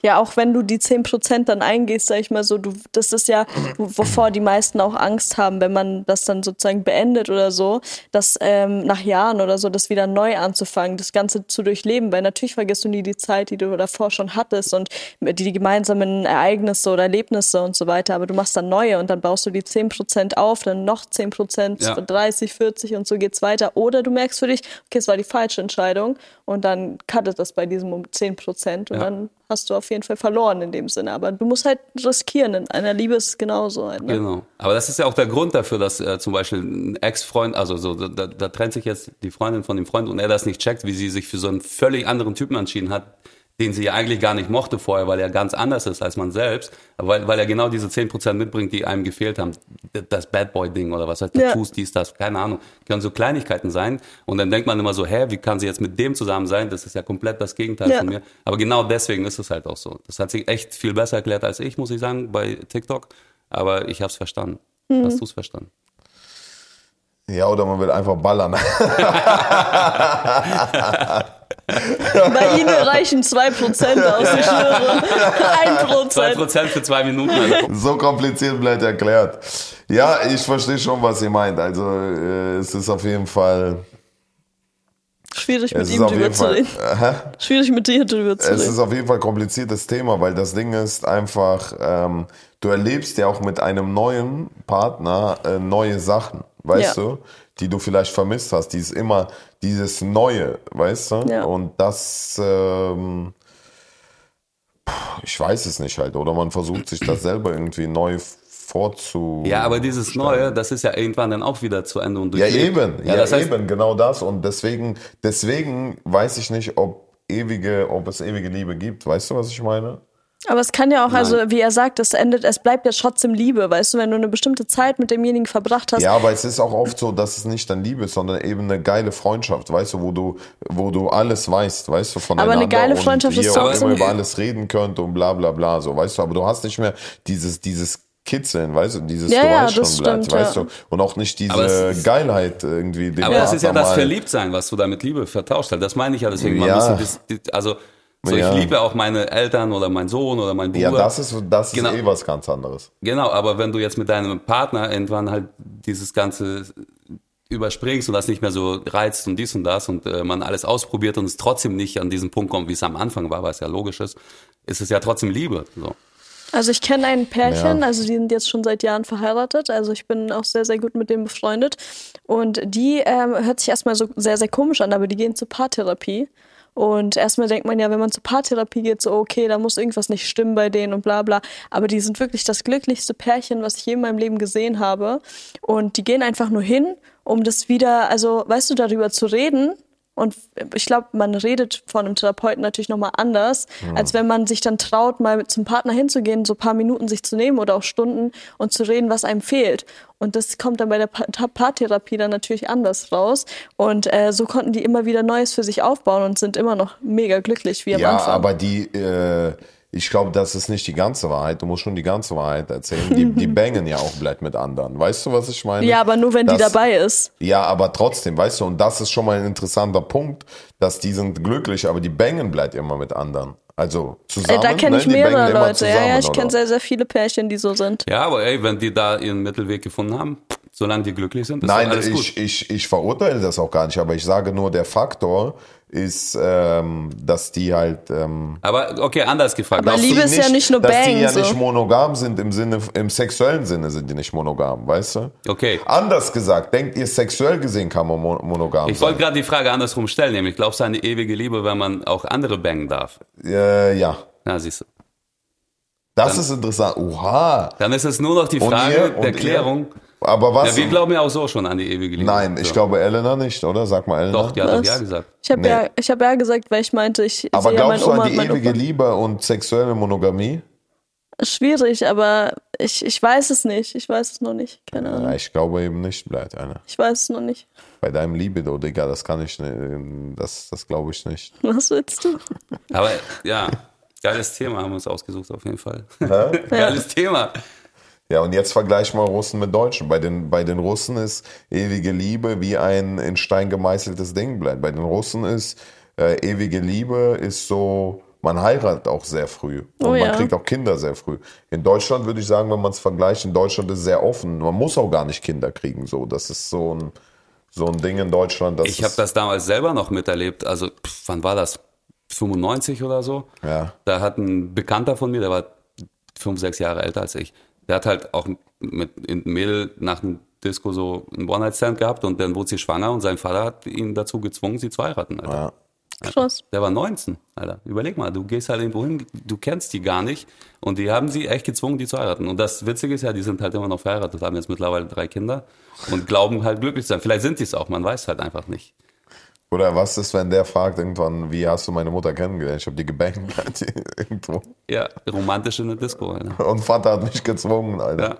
S3: Ja, auch wenn du die 10% dann eingehst, sag ich mal so, du, das ist ja, wo- wovor die meisten auch Angst haben, wenn man das dann sozusagen beendet oder so, dass ähm, nach Jahren oder so, das wieder neu anzufangen, das Ganze zu durchleben, weil natürlich vergisst du nie die Zeit, die du davor schon hattest und die, die gemeinsamen Ereignisse oder Erlebnisse und so weiter, aber du machst dann neue und dann baust du die 10% auf, dann noch 10%,
S2: Ja.
S3: 30, 40 und so geht's weiter. Oder du merkst für dich, okay, es war die falsche Entscheidung und dann cuttet das bei diesem um 10%
S2: Ja.
S3: und dann hast du auf jeden Fall verloren in dem Sinne. Aber du musst halt riskieren. In einer Liebe ist es genauso. halt, Ne?
S2: Genau. Aber das ist ja auch der Grund dafür, dass äh, zum Beispiel ein Ex-Freund, also so, da, da trennt sich jetzt die Freundin von dem Freund und er das nicht checkt, wie sie sich für so einen völlig anderen Typen entschieden hat, den sie ja eigentlich gar nicht mochte vorher, weil er ganz anders ist als man selbst, aber weil, weil er genau diese 10% mitbringt, die einem gefehlt haben. D- Das Bad Boy-Ding oder was heißt
S3: Ja.
S2: Tattoos, dies, das, keine Ahnung. Können so Kleinigkeiten sein. Und dann denkt man immer so, hä, wie kann sie jetzt mit dem zusammen sein? Das ist ja komplett das Gegenteil
S3: Ja.
S2: von mir. Aber genau deswegen ist es halt auch so. Das hat sich echt viel besser erklärt als ich, muss ich sagen, bei TikTok. Aber ich habe es verstanden. Hast du es verstanden?
S1: Ja, oder man will einfach ballern. <laughs>
S3: Bei
S1: <laughs>
S3: ihnen reichen 2% aus, ich schwöre. 1%.
S2: Zwei Prozent für zwei Minuten. <laughs> Also,
S1: So kompliziert bleibt erklärt. Ja, ich verstehe schon, was ihr meint. Also äh, es ist auf jeden Fall,
S3: Schwierig
S1: es
S3: mit
S1: ist
S3: ihm
S1: auf
S3: drüber
S1: jeden
S3: zu
S1: Fall, <laughs>
S3: reden. Schwierig mit dir drüber zu
S1: es ist
S3: reden.
S1: auf jeden Fall kompliziertes Thema, weil das Ding ist einfach, ähm, du erlebst ja auch mit einem neuen Partner äh, neue Sachen. weißt
S3: Ja.
S1: du, die du vielleicht vermisst hast. Die ist immer dieses Neue, weißt du?
S3: Ja.
S1: Und das, ähm, puh, ich weiß es nicht halt. Oder man versucht sich das selber irgendwie neu vorzu.
S2: Ja, aber dieses Neue, das ist ja irgendwann dann auch wieder zu Ende und
S1: Ja,
S2: durchlebt.
S1: eben, ja,
S2: das heißt,
S1: eben, genau das. Und deswegen, deswegen weiß ich nicht, ob ewige, ob es ewige Liebe gibt. Weißt du, was ich meine?
S3: Aber es kann ja auch, also wie er sagt, es endet, es bleibt ja trotzdem Liebe, weißt du, wenn du eine bestimmte Zeit mit demjenigen verbracht hast.
S1: Ja, aber es ist auch oft so, dass es nicht dann Liebe ist, sondern eben eine geile Freundschaft, weißt du, wo du, wo du alles weißt, weißt du, voneinander.
S3: eine geile
S1: und
S3: Freundschaft
S1: ihr
S3: ist
S1: auch
S3: trotzdem-
S1: immer
S3: <laughs>
S1: über alles reden könnt und bla bla bla, so, weißt du, aber du hast nicht mehr dieses, dieses Kitzeln, weißt du, dieses
S3: Ja,
S1: du
S3: ja,
S1: weißt
S3: das
S1: schon Blatt,
S3: stimmt, ja.
S1: weißt du, und auch nicht
S2: Aber
S1: diese
S2: es ist-
S1: Geilheit irgendwie. Den
S2: Aber das ist ja
S1: Partner
S2: das
S1: mal-
S2: Verliebtsein, was du da mit Liebe vertauscht hast. Das meine ich ja deswegen. Man
S1: Ja.
S2: muss ja das, die- also, so
S1: Ja.
S2: ich liebe auch meine Eltern oder meinen Sohn oder meinen
S1: Ja,
S2: Bruder.
S1: das ist, das ist
S2: Genau.
S1: eh was ganz anderes.
S2: Genau, aber wenn du jetzt mit deinem Partner irgendwann halt dieses Ganze überspringst und das nicht mehr so reizt und dies und das und äh, man alles ausprobiert und es trotzdem nicht an diesen Punkt kommt, wie es am Anfang war, was ja logisch ist, ist es ja trotzdem Liebe. So.
S3: Also ich kenne ein Pärchen,
S1: Ja.
S3: also die sind jetzt schon seit Jahren verheiratet, also ich bin auch sehr, sehr gut mit denen befreundet. Und die ähm, hört sich erstmal so sehr, sehr komisch an, aber die gehen zur Paartherapie. Und erstmal denkt man ja, wenn man zur Paartherapie geht, so okay, da muss irgendwas nicht stimmen bei denen und bla bla. Aber die sind wirklich das glücklichste Pärchen, was ich je in meinem Leben gesehen habe. Und die gehen einfach nur hin, um das wieder, also weißt du, darüber zu reden, und ich glaube, man redet von einem Therapeuten natürlich nochmal anders, als wenn man sich dann traut, mal zum Partner hinzugehen, so ein paar Minuten sich zu nehmen oder auch Stunden und zu reden, was einem fehlt. Und das kommt dann bei der Pa- Ta- Paartherapie dann natürlich anders raus. Und äh, so konnten die immer wieder Neues für sich aufbauen und sind immer noch mega glücklich wie am
S1: Ja,
S3: Anfang.
S1: aber die, äh, ich glaube, das ist nicht die ganze Wahrheit. Du musst schon die ganze Wahrheit erzählen. Die,
S3: <laughs>
S1: die bangen ja auch Blatt mit anderen. Weißt du, was ich meine?
S3: ja, aber nur wenn die
S1: Das-
S3: dabei ist. Äh,
S1: Ja, aber trotzdem, weißt du, und das ist schon mal ein interessanter Punkt, dass die sind glücklich, aber die bangen Blatt immer mit anderen. Also
S3: Äh,
S1: zusammen.
S3: da kenne
S1: ne?
S3: ich
S1: Die bangen
S3: mehrere
S1: immer
S3: Leute. Ja, ja, ich
S1: zusammen,
S3: kenne
S1: oder?
S3: sehr, sehr viele Pärchen, die so sind.
S2: Ja, aber ey, wenn die da ihren Mittelweg gefunden haben, solange die glücklich sind, ist doch
S1: Nein,
S2: alles
S1: ich,
S2: gut.
S1: ich, ich verurteile das auch gar nicht, aber ich sage nur, der Faktor ist, ähm, dass die halt. Ähm,
S2: Aber okay, anders gefragt.
S3: Aber
S1: dass
S3: Liebe
S1: die
S3: ist ja nicht nur
S1: dass
S3: Bang,
S1: die ja
S3: so.
S1: nicht monogam sind im Sinne, im sexuellen Sinne sind die nicht monogam, weißt du?
S2: Okay.
S1: Anders gesagt, denkt ihr, sexuell gesehen kann man mo- monogam
S2: Ich
S1: sein?
S2: wollte gerade die Frage andersrum stellen, nämlich glaubst du an die ewige Liebe, wenn man auch andere bangen darf?
S1: Äh, ja.
S2: Na, siehst du.
S1: Das ist interessant. Oha.
S2: Dann ist es nur noch die
S1: Und
S2: Frage
S1: ihr? Und
S2: der Klärung.
S1: Ihr? Aber was?
S2: Ja, wir glauben ja auch so schon an die ewige Liebe.
S1: Nein, ich
S2: so.
S1: glaube Elena nicht, oder? Sag mal Elena.
S2: Doch, die hat doch
S3: Was?
S2: ja gesagt.
S3: Ich habe
S1: Nee.
S3: ja, ich hab ja gesagt, weil ich meinte, ich
S1: Aber
S3: sehe ja meine
S1: glaubst du an
S3: Oma und
S1: die
S3: meinen
S1: ewige
S3: Opa.
S1: Liebe und sexuelle Monogamie?
S3: Schwierig, aber ich, ich weiß es nicht. Ich weiß es noch nicht. Keine Ahnung.
S1: Ja, ich glaube eben nicht, bleibt einer.
S3: Ich weiß es noch nicht. <laughs>
S1: Bei deinem Libido, Digga, das kann ich, ne- das, das glaube ich nicht.
S3: Was willst du?
S2: Aber ja, geiles Thema haben wir uns ausgesucht auf jeden Fall.
S1: Hä?
S2: <laughs> geiles Thema.
S1: Ja, und jetzt vergleich mal Russen mit Deutschen. Bei den, bei den Russen ist ewige Liebe wie ein in Stein gemeißeltes Ding bleibt. Bei den Russen ist äh, ewige Liebe ist so, man heiratet auch sehr früh und
S3: Oh
S1: man
S3: ja.
S1: kriegt auch Kinder sehr früh. In Deutschland würde ich sagen, wenn man es vergleicht, in Deutschland ist es sehr offen. Man muss auch gar nicht Kinder kriegen. So, das ist so ein, so ein Ding in Deutschland. Das
S2: Ich habe
S1: ist-
S2: das damals selber noch miterlebt. Also, pff, wann war das? 95 oder so?
S1: Ja.
S2: Da hat ein Bekannter von mir, der war fünf, sechs Jahre älter als ich, der hat halt auch mit einem Mädel nach dem Disco so einen One-Night-Stand gehabt und dann wurde sie schwanger und sein Vater hat ihn dazu gezwungen, sie zu heiraten. Also Alter.
S1: Ja.
S3: Krass.
S2: Der war 19, Alter. Überleg mal, du gehst halt irgendwo hin, du kennst die gar nicht und die haben sie echt gezwungen, die zu heiraten. Und das Witzige ist ja, die sind halt immer noch verheiratet, haben jetzt mittlerweile drei Kinder und glauben halt glücklich zu sein. Vielleicht sind die es auch, man weiß halt einfach nicht.
S1: Oder was ist, wenn der fragt irgendwann, wie hast du meine Mutter kennengelernt? Ich habe die gebangt <laughs> irgendwo.
S2: Ja, romantisch in der Disco, Alter.
S1: Und Vater hat mich gezwungen,
S2: Ja.
S1: Alter.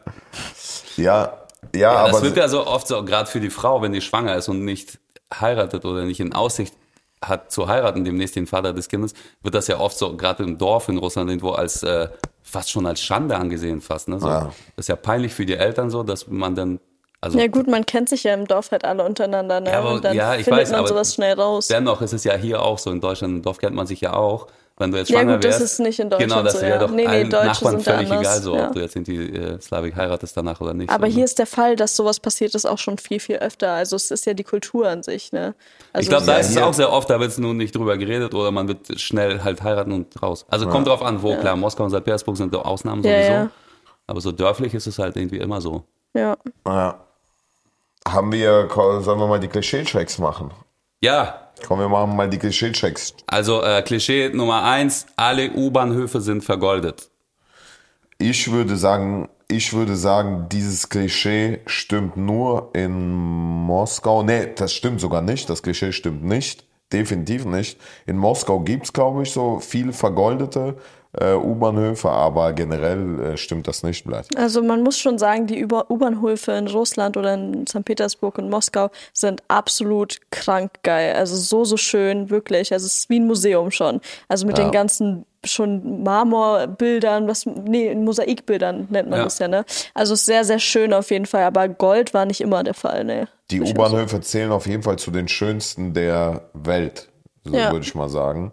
S1: Ja, ja, aber.
S2: das wird ja so oft so, gerade für die Frau, wenn die schwanger ist und nicht heiratet oder nicht in Aussicht hat zu heiraten, demnächst den Vater des Kindes, wird das ja oft so, gerade im Dorf in Russland irgendwo als äh, fast schon als Schande angesehen, fast. Ne? So,
S1: Ja.
S2: Das ist ja peinlich für die Eltern so, dass man dann, also
S3: Ja gut, man kennt sich ja im Dorf halt alle untereinander, ne?
S2: Ja, aber-
S3: und dann
S2: ja, ich
S3: findet
S2: weiß,
S3: man
S2: aber-
S3: sowas schnell raus.
S2: dennoch ist es ja hier auch so, in Deutschland, im Dorf kennt man sich ja auch. Wenn du jetzt
S3: Ja,
S2: schwanger
S3: gut, das
S2: wärst,
S3: ist nicht in
S2: genau,
S3: Deutschland
S2: das
S3: so,
S2: wäre
S3: ja.
S2: doch
S3: Nee, nee,
S2: allen
S3: Deutsche
S2: Nachbarn
S3: sind da
S2: völlig
S3: anders,
S2: egal, so,
S3: ja.
S2: ob du jetzt in die äh, Slavik heiratest danach oder nicht.
S3: aber
S2: so, ne?
S3: hier ist der Fall, dass sowas passiert ist auch schon viel, viel öfter. Also es ist ja die Kultur an sich, ne? Also
S2: ich glaube, da
S3: es-
S2: ist es auch sehr oft, da wird es nun nicht drüber geredet oder man wird schnell halt heiraten und raus. Also kommt drauf an, wo, klar, Moskau und St. Petersburg sind so Ausnahmen
S3: Ja,
S2: sowieso.
S3: ja.
S2: Aber so dörflich ist es halt irgendwie immer so.
S3: ja.
S1: Ja. Haben wir, sollen wir mal die Klischee-Checks machen?
S2: Ja,
S1: Komm, wir machen mal die Klischee-Checks.
S2: also äh, Klischee Nummer eins, alle U-Bahnhöfe sind vergoldet.
S1: Ich würde sagen, ich würde sagen, dieses Klischee stimmt nur in Moskau. Nee, das stimmt sogar nicht. Das Klischee stimmt nicht. Definitiv nicht. In Moskau gibt's glaube ich, so viel vergoldete äh, U-Bahnhöfe, aber generell äh, stimmt das nicht, Blatt.
S3: Also man muss schon sagen, die Über- U-Bahnhöfe in Russland oder in St. Petersburg und Moskau sind absolut krank geil. Also so, so schön, wirklich. Also es ist wie ein Museum schon. Also mit den ganzen schon Marmorbildern, was, nee, Mosaikbildern nennt man
S2: Ja.
S3: das ja, ne? Also es ist sehr, sehr schön auf jeden Fall, aber Gold war nicht immer der Fall, ne?
S1: Die U-Bahnhöfe zählen auf jeden Fall zu den schönsten der Welt, so
S3: Ja.
S1: würde ich mal sagen.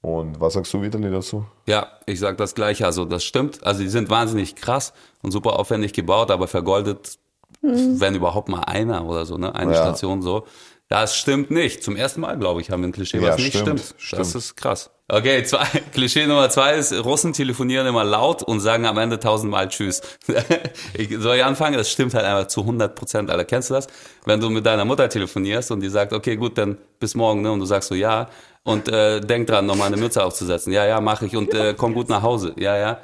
S1: Und was sagst du, Vitali, dazu?
S2: Ja, ich sag das gleiche. Also das stimmt. Also die sind wahnsinnig krass und super aufwendig gebaut, aber vergoldet,
S3: Mhm.
S2: wenn überhaupt mal einer oder so, ne? Eine
S1: Ja.
S2: Station so. Das stimmt nicht. Zum ersten Mal, glaube ich, haben wir ein Klischee, was
S1: Ja,
S2: nicht
S1: stimmt,
S2: stimmt.
S1: stimmt.
S2: Das ist krass. Okay, zwei, <laughs> Klischee Nummer zwei ist, Russen telefonieren immer laut und sagen am Ende tausendmal Tschüss. <laughs> ich soll ich anfangen? Das stimmt halt einfach zu 100 Prozent, Alter. Kennst du das? Wenn du mit deiner Mutter telefonierst und die sagt, okay, gut, dann bis morgen, ne? Und du sagst so, ja. Und äh, denk dran, nochmal eine Mütze aufzusetzen. Ja, ja, mache ich. Und äh, komm gut nach Hause. Ja, ja.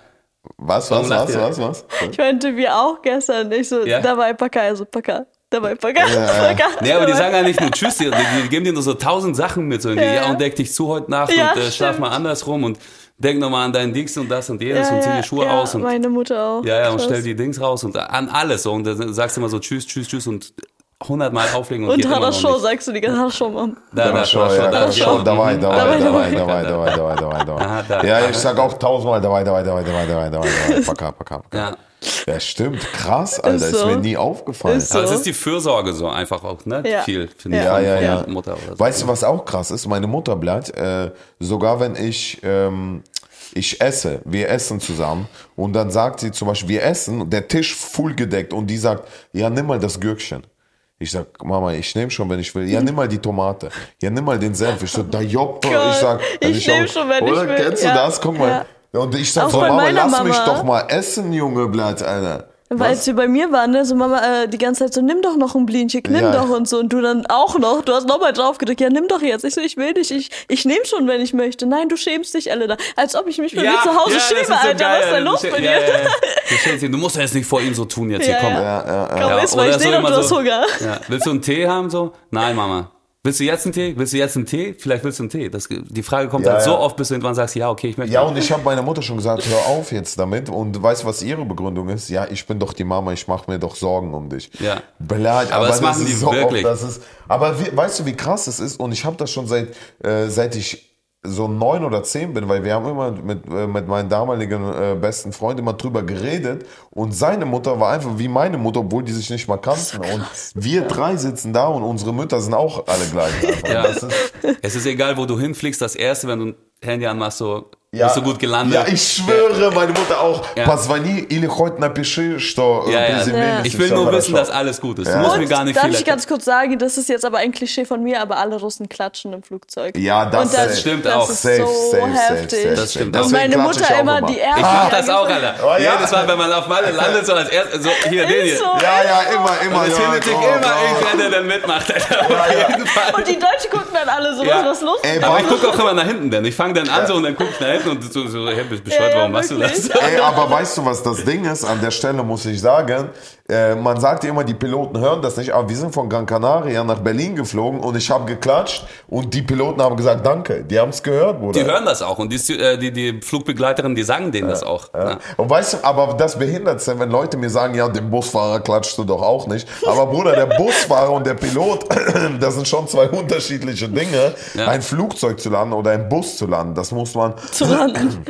S1: Was, was,
S2: lacht
S1: was,
S2: ihr?
S1: was, was?
S3: Ich meinte, wir auch gestern. Ich so,
S2: Ja.
S3: dabei Paka, also Paka. Dabei Paka.
S1: Ja.
S3: Paka.
S2: Nee, aber die sagen halt, ja nicht nur Tschüss, die, die, die geben dir nur so tausend Sachen mit. So, ja,
S3: Ja, ja.
S2: und deck dich zu heute Nacht
S3: Ja,
S2: und äh, schlaf
S3: stimmt.
S2: mal andersrum und denk nochmal an deinen Dings und das und jenes und zieh die Schuhe
S3: ja,
S2: aus und
S3: meine Mutter auch.
S2: Ja, ja, und
S3: Krass.
S2: stell die Dings raus und an alles. so. Und dann sagst du immer so Tschüss, Tschüss, Tschüss und hundertmal auflegen und,
S3: Und
S2: geht immer noch
S3: Harasho
S2: nicht.
S3: sagst du die ganze Harasho, Mom.
S2: Da, da,
S1: Хорошо, ja,
S2: da,
S1: хорошо,
S2: da,
S1: давай,
S2: mhm.
S1: давай, давай,
S3: Давай, давай.
S1: давай, давай, давай, давай,
S2: Aha, da.
S1: давай. Ja, ich sag auch tausendmal, dabei, dabei, dabei, dabei, dabei, dabei, dabei, paka, paka, paka.
S2: Ja.
S1: Ja, stimmt, krass, Alter, ist,
S3: so.
S1: mir nie aufgefallen.
S3: Ist so.
S2: Aber Also es ist die Fürsorge so einfach auch, ne?
S3: Ja.
S2: Viel, finde
S3: Ja.
S2: ich,
S1: Ja,
S2: von,
S1: ja,
S2: von
S1: ja.
S2: der Mutter oder so.
S1: Weißt du, was auch krass ist? Meine Mutter bleibt, äh, sogar wenn ich, ähm, ich esse, wir essen zusammen und dann sagt sie zum Beispiel, wir essen, und der Tisch voll gedeckt und die sagt, ja, nimm mal das Gürkchen. Ich sag, Mama, ich nehme schon, wenn ich will. Ja, nimm mal die Tomate. Ja, nimm mal den Senf. Ich so, da joppe.
S3: Gott,
S1: ich sag,
S3: ich nehm schon, wenn ich
S1: oder?
S3: will.
S1: Kennst du
S3: Ja.
S1: das? Guck mal. Und ich sag
S3: Auch
S1: so,
S3: bei
S1: Mama,
S3: meiner
S1: lass mich
S3: Mama.
S1: doch mal essen, Junge, bleibt einer.
S3: Weil als wir bei mir waren, ne, so Mama äh, die ganze Zeit so, nimm doch noch ein Blinchik, nimm
S1: Ja.
S3: doch und so. Und du dann auch noch, du hast nochmal drauf gedrückt, ja, nimm doch jetzt. Ich so, ich will nicht, ich, ich nehme schon, wenn ich möchte. Nein, du schämst dich, alle da. Als ob ich mich für mich zu Hause
S2: das
S3: schäme,
S2: ist so
S3: Alter,
S2: geil,
S3: was ist da los
S2: ja,
S3: bei dir?
S2: ja, ja, ja. Du stellst ihn, Du musst ja jetzt nicht vor ihm so tun jetzt hier,
S3: Ja,
S2: komm.
S3: ja.
S1: Ja, ja, ja.
S3: Komm, iss mal,
S2: oder
S3: ich
S2: so
S3: sehe doch,
S2: immer
S3: du hast
S2: so,
S3: Hunger.
S2: Ja. Willst du einen Tee haben so? Nein, Mama. Willst du jetzt einen Tee? Willst du jetzt einen Tee? Vielleicht willst du einen Tee. Das, die Frage kommt
S1: Ja,
S2: halt so
S1: ja.
S2: oft, bis du irgendwann sagst, ja, okay, ich möchte.
S1: Ja, und ich habe meiner Mutter schon gesagt, hör auf jetzt damit. Und weißt du, was ihre Begründung ist? Ja, ich bin doch die Mama, ich mache mir doch Sorgen um dich.
S2: Ja.
S1: Blöd,
S2: Aber das machen die
S1: oft,
S2: wirklich.
S1: das ist, aber we- weißt du, wie krass das ist? Und ich habe das schon seit, äh, seit ich so neun oder zehn bin, weil wir haben immer mit, äh, mit meinen damaligen äh, besten Freunden immer drüber geredet und seine Mutter war einfach wie meine Mutter, obwohl die sich nicht mal kannten. Und wir drei sitzen da und unsere Mütter sind auch alle gleich. einfach.
S2: <laughs> Ja.
S1: Das ist,
S2: Es ist egal, wo du hinfliegst, das erste, wenn du ein Handy anmachst, so
S1: Ja.
S2: bist du gut gelandet.
S1: Ja, ich schwöre, meine Mutter auch.
S2: Ja.
S1: Позвони или хоть напиши, что äh,
S2: Ja, ja.
S1: приземлились
S3: Ja.
S1: и
S2: Ich will
S1: всё
S2: nur
S1: хорошо.
S2: wissen, dass alles gut ist. Du musst
S3: Und
S2: mir gar nicht
S3: darf
S2: viel
S3: ich ganz kurz sagen, das ist jetzt aber ein Klischee von mir, aber alle Russen klatschen im Flugzeug.
S1: Ja, das
S3: Und das
S1: safe.
S2: stimmt
S3: das
S2: auch.
S3: ist
S1: Safe,
S3: so
S1: safe, safe,
S3: heftig.
S1: safe,
S2: Das
S1: safe.
S2: stimmt
S1: Deswegen
S3: Und meine
S1: klatsche ich
S3: Mutter
S1: auch
S3: immer die erste.
S2: Ich mach
S3: die
S2: das auch,
S3: angefangen-
S2: Alter.
S1: Oh, ja.
S2: Jedes Mal, wenn man auf
S1: <laughs>
S2: Malle landet, so als erstes, so hier, den hier.
S3: Ist so.
S1: Ja, ja, immer, immer.
S2: Und
S1: ja,
S2: es
S1: genau,
S2: findet sich
S1: komm,
S2: immer
S1: komm.
S2: irgendwer, der dann mitmacht, Alter. Auf <laughs> jeden Fall.
S3: Und die Deutschen gucken dann alle so,
S2: Ja.
S3: was ist los?
S1: Ey,
S2: Aber ich
S1: warte.
S2: gucke auch immer nach hinten, denn ich fange dann an so und dann gucke ich nach hinten und so, so hey, bist bescheuert,
S3: Ja, ja,
S2: warum machst du das?
S3: wirklich.
S1: Ey, aber weißt du, was das Ding ist? An der Stelle muss ich sagen, äh, man sagt ja immer, die Piloten hören das nicht, aber wir sind von Gran Canaria nach Berlin geflogen und ich habe geklatscht und die Piloten haben gesagt, danke. Die haben es gehört, Bruder.
S2: <laughs> Die hören das auch und die, äh, die, die Flugbegleiterin, die sagen denen das auch. ne?
S1: Ja. Und weißt du, aber das behindert es denn, wenn Leute mir sagen, ja, dem Busfahrer klatschst du doch auch nicht. Aber Bruder, der Busfahrer und der Pilot, <clears throat> das sind schon zwei unterschiedliche Dinge.
S2: Ja.
S1: Ein Flugzeug zu landen oder ein Bus zu landen, das muss man,
S2: <clears throat>
S3: Zu landen.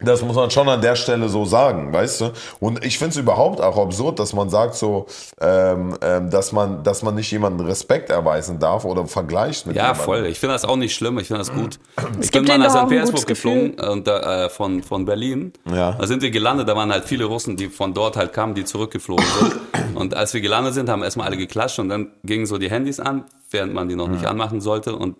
S1: das muss man schon an der Stelle so sagen, weißt du? Und ich finde es überhaupt auch absurd, dass man sagt so, ähm, ähm, dass man, dass man nicht jemanden Respekt erweisen darf oder vergleicht mit
S2: Ja,
S1: jemandem.
S2: voll. Ich finde das auch nicht schlimm. Ich finde das gut.
S1: Mhm.
S2: ich bin
S3: gibt
S2: mal
S3: denen
S2: nach
S3: doch auch
S2: St.
S3: ein
S2: Petersburg
S3: gutes Gefühl.
S2: geflogen äh, und da, äh, von, von Berlin.
S1: Ja.
S2: Da sind wir gelandet. Da waren halt viele Russen, die von dort halt kamen, die zurückgeflogen
S1: <coughs>
S2: sind. und als wir
S1: Mhm.
S2: gelandet sind, haben erstmal alle geklatscht und dann gingen so die Handys an, während man die noch nicht anmachen sollte. Und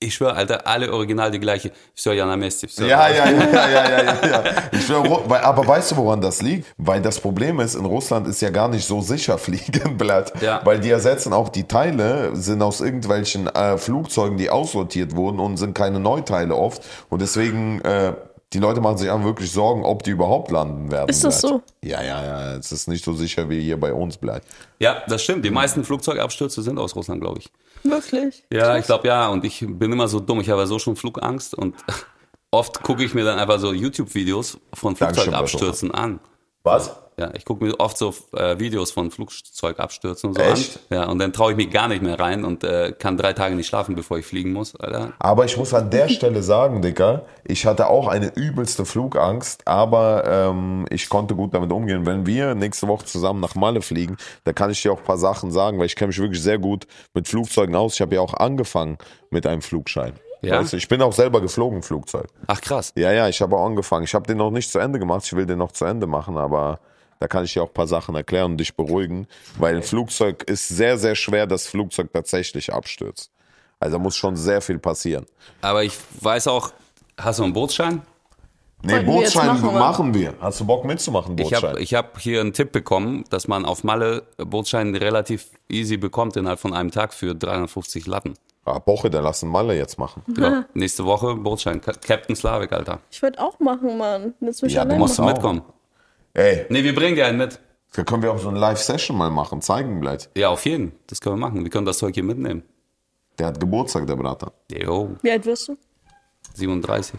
S2: Ich schwöre, Alter, alle original die gleiche. Все, я на месте. Все.
S1: Ja, ja, ja, ja, ja, ja, ja, ja. Ich schwör, Ru- weil- aber weißt du, woran das liegt? Weil das Problem ist, in Russland ist ja gar nicht so sicher <laughs> Fliegenblatt.
S2: Ja.
S1: Weil die ersetzen auch die Teile, sind aus irgendwelchen äh, Flugzeugen, die aussortiert wurden und sind keine Neuteile oft. Und deswegen, äh, die Leute machen sich auch wirklich Sorgen, ob die überhaupt landen werden.
S3: Ist das
S1: bleibt. Ja, ja, ja. Es ist nicht so sicher, wie hier bei uns bleibt.
S2: ja, das stimmt. Die meisten Flugzeugabstürze sind aus Russland, glaube ich.
S3: Wirklich?
S2: Ja, ich glaube ja. Und ich bin immer so dumm. Ich habe ja so schon Flugangst und <laughs> oft gucke ich mir dann einfach so YouTube-Videos von
S1: Dankeschön,
S2: Flugzeugabstürzen an.
S1: Was?
S2: Ja, ich gucke mir oft so äh, Videos von Flugzeugabstürzen und so
S1: Echt?
S2: an. Ja, und dann traue ich mich gar nicht mehr rein und äh, kann drei Tage nicht schlafen, bevor ich fliegen muss, Alter.
S1: Aber ich muss an der Stelle sagen, Dicker, ich hatte auch eine übelste Flugangst, aber ähm, ich konnte gut damit umgehen. Wenn wir nächste Woche zusammen nach Malle fliegen, da kann ich dir auch ein paar Sachen sagen, weil ich kenne mich wirklich sehr gut mit Flugzeugen aus. Ich habe ja auch angefangen mit einem Flugschein.
S2: Ja?
S1: Weißt du, ich bin auch selber geflogen, Flugzeug.
S2: Ach krass.
S1: Ja, ja, ich habe auch angefangen. Ich habe den noch nicht zu Ende gemacht. Ich will den noch zu Ende machen, aber da kann ich dir auch ein paar Sachen erklären und dich beruhigen, weil ein Flugzeug ist sehr, sehr schwer, dass Flugzeug tatsächlich abstürzt. Also da muss schon sehr viel passieren.
S2: Aber ich weiß auch, hast du einen Bootsschein?
S1: Nee,
S3: Wollten wir jetzt
S1: Bootsschein machen,
S3: machen, oder?
S1: wir. Hast du Bock mitzumachen,
S2: Ich
S1: Bootsschein?
S2: habe ich hab hier einen Tipp bekommen, dass man auf Malle Bootsschein relativ easy bekommt innerhalb von einem Tag für
S1: <laughs>
S2: 350 Latten.
S1: ah, Boche, dann lassen Malle jetzt machen.
S2: Genau. Nächste Woche Bootsschein. Ka- Captain Slavik, Alter.
S3: Ich würde auch machen, Mann. Willst du mich
S1: Ja, du
S3: allein
S1: musst
S2: Musst du
S1: Auch.
S2: mitkommen?
S1: Ey,
S2: Nee, wir bringen dir einen mit.
S1: da können wir auch so eine Live-Session mal machen, zeigen gleich.
S2: Ja, auf jeden. Das können wir machen. Wir können das Zeug hier mitnehmen.
S1: Der hat Geburtstag, der Brater.
S2: Jo,
S3: Wie alt wirst du?
S2: 37.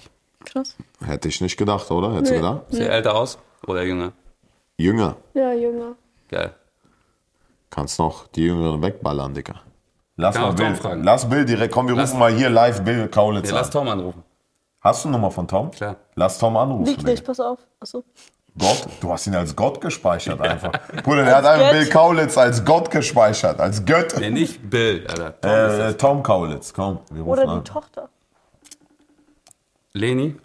S3: Krass.
S1: Hätte ich nicht gedacht, oder? Hättest
S3: Nee.
S1: du gedacht?
S2: Sieht älter aus oder jünger?
S1: Jünger.
S3: Ja, Junge.
S2: Geil.
S1: Kannst noch die Jüngeren wegballern, Dicker. Lass
S2: Kann
S1: mal
S2: auch Tom
S1: Bill.
S2: fragen.
S1: Lass Bill direkt. Komm, wir rufen mal hier live Bill Kaulitz
S2: Ja, lass
S1: an.
S2: Tom anrufen.
S1: Hast du eine Nummer von Tom?
S2: Klar.
S1: Lass Tom anrufen.
S3: Liegt
S1: Digga.
S3: nicht, pass auf. Achso.
S1: Gott, du hast ihn als Gott
S2: <laughs>
S1: gespeichert einfach. Bruder, der hat einfach
S3: Gött.
S1: Bill Kaulitz als Gott gespeichert, als Gött.
S2: Nee, nicht Bill, Alter. Tom ist
S1: Äh,
S2: das.
S1: Tom Kaulitz, komm, wir rufen
S3: Oder
S1: an.
S3: die Tochter.
S2: Leni,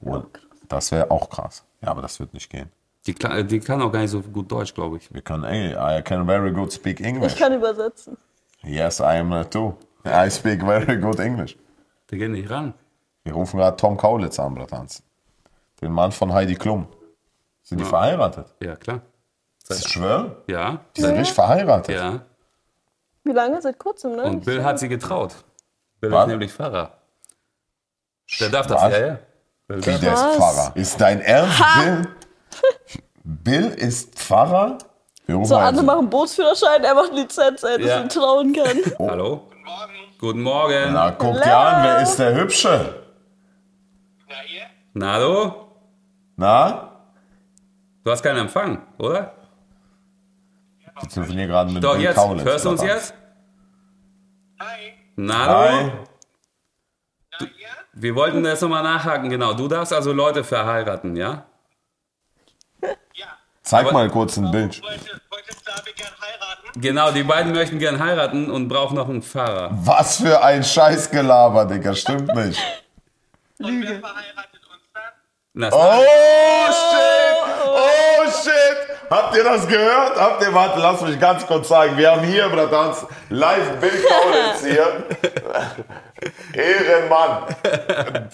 S1: Oder- Das wäre auch krass. Ja, aber das wird nicht gehen.
S2: die, Kle- die kann auch gar nicht so gut Deutsch, glaube ich.
S1: Wir können Englisch. I can very good speak
S3: Ich
S1: English.
S3: kann übersetzen.
S1: Yes, I am uh, too. I speak very good English.
S2: Der geht nicht ran.
S1: Wir rufen gerade Tom Kaulitz an, Bratanz. Den Mann von Heidi Klum. Sind die verheiratet?
S2: Ja, klar.
S1: Ich schwöre,
S2: Ja,
S1: die sind nicht verheiratet.
S2: ja.
S3: Wie lange? Seit kurzem, ne?
S2: Und Bill hat sie getraut. Bill
S1: Was?
S2: ist nämlich Pfarrer. Der darf das,
S1: Was?
S2: ja, ja. Bill
S1: Wie,
S2: darf.
S1: der ist
S3: Was?
S1: Pfarrer. Ist dein Ernst, Bill? Bill ist Pfarrer? Wir rufen
S3: so,
S1: mal-
S3: andere machen Bootsführerschein, er macht Lizenz, ey, dass
S2: Ja.
S3: ich ihn trauen
S2: <laughs>
S3: kann.
S2: Hallo? Guten Morgen.
S1: Oh. Na, guck dir an, wer ist der Hübsche?
S4: Na ihr?
S2: Na, hallo?
S1: Na?
S2: Du hast keinen Empfang, oder?
S1: Wir telefonieren gerade mit
S2: Doch,
S1: Bill
S2: jetzt.
S1: Kaulitz.
S2: Hörst du uns
S1: Bratanz.
S2: jetzt?
S4: Hi.
S2: Na, hallo?
S1: Hi.
S4: Na ihr?
S2: Wir wollten das nochmal nachhaken, genau. Du darfst also Leute verheiraten, ja?
S4: Ja.
S1: Zeig mal kurz ein Bild.
S4: Wollte, wollte Flavi gern heiraten?
S2: Genau, die beiden möchten gern heiraten und brauchen noch einen Pfarrer.
S1: Was für ein Scheißgelaber, Digga, stimmt nicht.
S4: Und wer verheiratet uns dann?
S2: Na,
S1: Oh shit! Oh shit! Habt ihr das gehört? Habt ihr, warte, lass mich ganz kurz zeigen. Wir haben hier, Bratanz, live Bill Kaulitz hier. Ehrenmann.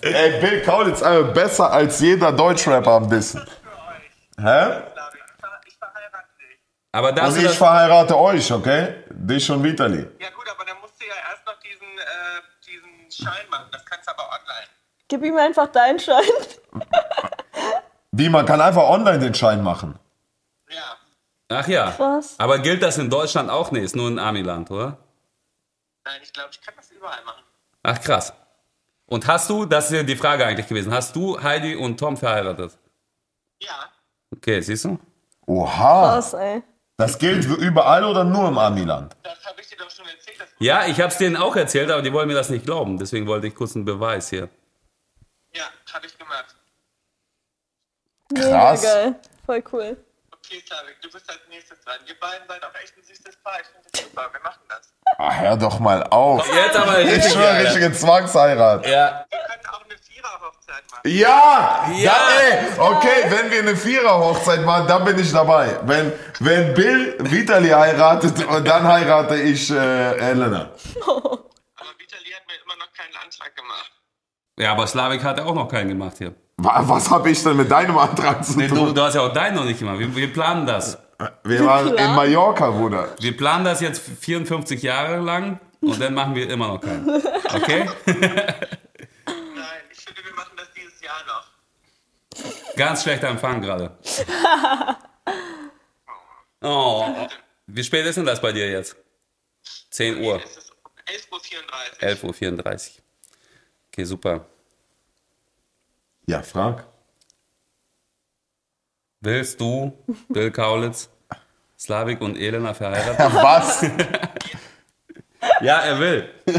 S1: Ey, Bill Kaulitz, äh, besser als jeder Deutschrapper am Dissen.
S4: Für euch,
S1: Hä?
S4: Flavi. Ich, ver ich verheirate dich.
S2: aber darfst
S1: Also
S2: du
S1: ich
S2: das,
S1: verheirate euch, okay? Dich und Vitali.
S4: Ja gut, aber dann musst du ja erst noch diesen, äh, diesen Schein machen. Das kannst du aber online.
S3: Gib ihm einfach deinen Schein.
S1: Wie, man kann einfach online den Schein machen.
S4: Ja.
S2: Ach ja.
S3: Was?
S2: Aber gilt das in Deutschland auch nicht, ist nur in Amiland, oder?
S4: Nein, ich glaube, ich kann das überall machen.
S2: Ach krass. Und hast du, das ist ja die Frage eigentlich gewesen, hast du Heidi und Tom verheiratet?
S4: Ja.
S2: Okay, siehst du?
S1: Oha.
S3: Was, ey?
S1: Das gilt überall oder nur im Amiland?
S4: Das habe ich dir doch schon erzählt. Das
S2: Ja, ich hab's denen auch erzählt, aber die wollen mir das nicht glauben. Deswegen wollte ich kurz einen Beweis hier.
S4: ja, habe ich gemacht.
S3: Mega
S1: Krass.
S3: geil. Voll cool. <laughs>
S4: Okay, Flavi, du bist als nächstes dran. Ihr beiden seid auch echt ein süßes Paar. Ich finde das super. Wir machen das.
S1: Ah, hör doch mal auf.
S2: Jetzt
S1: <laughs>
S2: aber
S1: Ich
S2: richtig.
S1: schwöre,
S2: Alter.
S1: richtige Zwangsheirat.
S2: Ja,
S4: Wir können auch eine Vierer-Hochzeit machen.
S1: Ja!
S2: Ja!
S1: Da, ey, okay, wenn wir eine Vierer-Hochzeit machen, dann bin ich dabei. Wenn, wenn Bill Vitali heiratet, dann heirate ich äh, Elena.
S4: Aber Vitali hat mir immer noch Antrag gemacht.
S2: Ja, aber Slavik hat ja auch noch keinen gemacht hier.
S1: Wa- Was habe ich denn mit deinem Antrag zu
S2: Nee, du,
S1: tun?
S2: du hast ja auch deinen noch nicht gemacht. Wir, wir planen das.
S1: Wir waren in
S3: Plan.
S1: Mallorca, Bruder.
S2: Wir planen das jetzt 54 Jahre lang und dann machen wir immer noch keinen. Okay? <laughs>
S4: Nein, ich finde, wir machen das dieses Jahr noch.
S2: Ganz schlechter Empfang gerade. Oh, wie spät ist denn das bei dir jetzt? 10 Uhr,
S4: Es ist um 11.34
S2: 11.34
S4: Uhr.
S2: Uhr. Okay, super.
S1: Ja, Frank.
S2: Willst du Bill Kaulitz, Slavik und Elena verheiraten?
S1: Was?
S2: <laughs> Ja, er will.
S1: <laughs>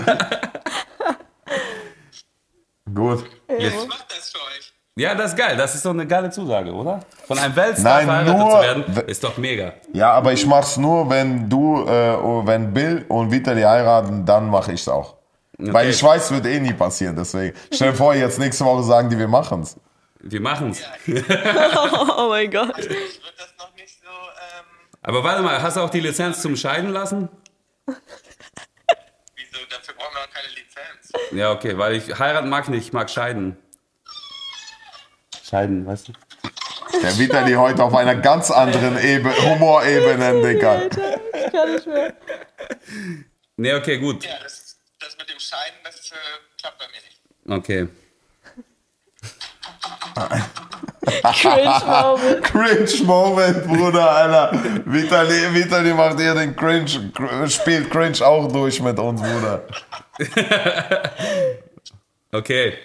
S1: Gut.
S4: Ich mach das für euch.
S2: Ja, das ist geil. Das ist doch eine geile Zusage, oder? Von einem Weltstar
S1: Nein,
S2: verheiratet
S1: nur-
S2: zu werden, ist doch mega.
S1: Ja, aber ich mach's nur, wenn du, äh, oh, wenn Bill und Vitali heiraten, dann mache ich's auch. Weil ich weiß, wird eh nie passieren, deswegen. Stell dir vor, jetzt nächste Woche sagen die, wir machen's.
S2: Wir machen's.
S3: Oh mein Gott.
S4: Ich würde das noch nicht so. Ähm,
S2: Aber warte mal, hast du auch die Lizenz zum Scheiden lassen?
S4: wieso? Dafür brauchen wir auch keine Lizenz.
S2: Ja, okay, weil ich heiraten mag nicht, ich mag scheiden. Scheiden, weißt du?
S1: Der Vitali heute auf einer ganz anderen Ebe Humorebene, Digga.
S3: Kann nicht mehr.
S2: Nee, okay, gut.
S4: Ja, das, das mit dem Scheiden, das äh, klappt bei mir nicht.
S2: Okay.
S3: Cringe
S2: <laughs>
S3: Moment.
S1: Cringe-Moment, Bruder, Alter. Vitali, Vitali macht ihr den Cringe, cr- spielt Cringe auch durch mit uns, Bruder.
S2: Okay.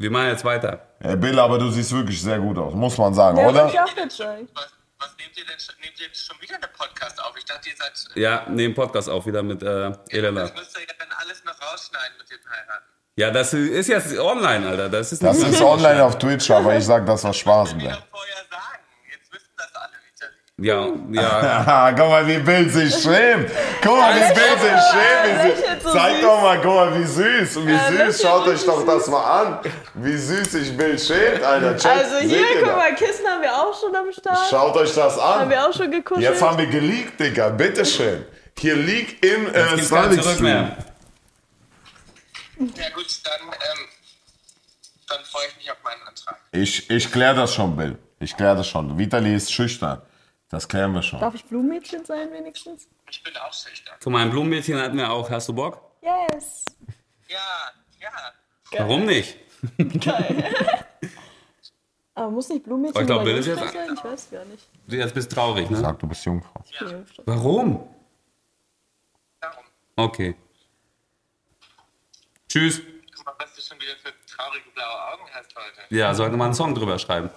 S2: Wir machen jetzt weiter.
S1: Hey Bill, aber du siehst wirklich sehr gut aus, muss man sagen,
S3: Ja,
S1: oder?
S3: würde ich auch jetzt sagen.
S4: Was, was nehmt ihr denn schon? Nehmt ihr jetzt schon wieder einen Podcast auf? Ich dachte, ihr seid.
S2: Ja, nehmen Podcast auf wieder mit äh, Elena.
S4: Das müsst ihr ja dann alles noch rausschneiden mit dem Heiraten.
S2: Ja, das ist jetzt online, Alter. Das ist,
S1: Das
S2: nicht-
S1: ist online auf Twitch, aber ich sag, das war Spaß,
S4: Ich will
S1: Bruder.
S4: doch vorher sagen. Jetzt wissen das alle, Vitali.
S2: Ja, <laughs> ja.
S1: Haha, guck mal, wie Bill sich schämt. Guck mal, wie Bill sich schämt. Wie süß.
S3: lächelt so
S1: Zeig
S3: süß.
S1: doch mal, guck mal, wie süß. Wie
S3: Er
S1: süß.
S3: lächelt
S1: Schaut euch
S3: wirklich
S1: doch das mal an. Wie süß sich Bill schämt, Alter. Chat,
S3: Also hier,
S1: seht ihr
S3: guck
S1: das?
S3: mal, Kissen haben wir auch schon am Start.
S1: Schaut euch das
S3: Haben
S1: an.
S3: wir auch schon gekuschelt.
S1: Jetzt haben wir geleakt, Digga. Bitteschön. Hier Leak im
S2: Es
S1: äh,
S2: gibt kein Zurück
S1: Stream.
S2: mehr.
S4: Ja, gut, dann, ähm, dann freue ich mich auf meinen Antrag.
S1: Ich, ich klär das schon, Bill. Ich klär das schon. Vitali ist schüchtern. Das klären wir schon.
S3: Darf ich Blumenmädchen sein wenigstens?
S4: Ich bin auch schüchtern.
S2: Guck mal, ein Blumenmädchen hatten wir auch. Hast du Bock?
S3: Yes.
S4: Ja, ja.
S2: Warum nicht?
S3: Aber muss nicht Blumenmädchen
S2: Aber ich glaub,
S3: oder
S2: Bill ist jetzt
S3: Jungfrau sein? Ich weiß gar nicht.
S2: Du jetzt bist traurig, ne?
S1: Sag, du bist Jungfrau.
S3: Ich bin Jungfrau.
S2: Warum?
S4: Darum.
S2: Okay. Tschüss.
S4: Guck mal, was du schon wieder für traurige blaue Augen hast heute.
S2: Ja, sollte man einen Song drüber schreiben.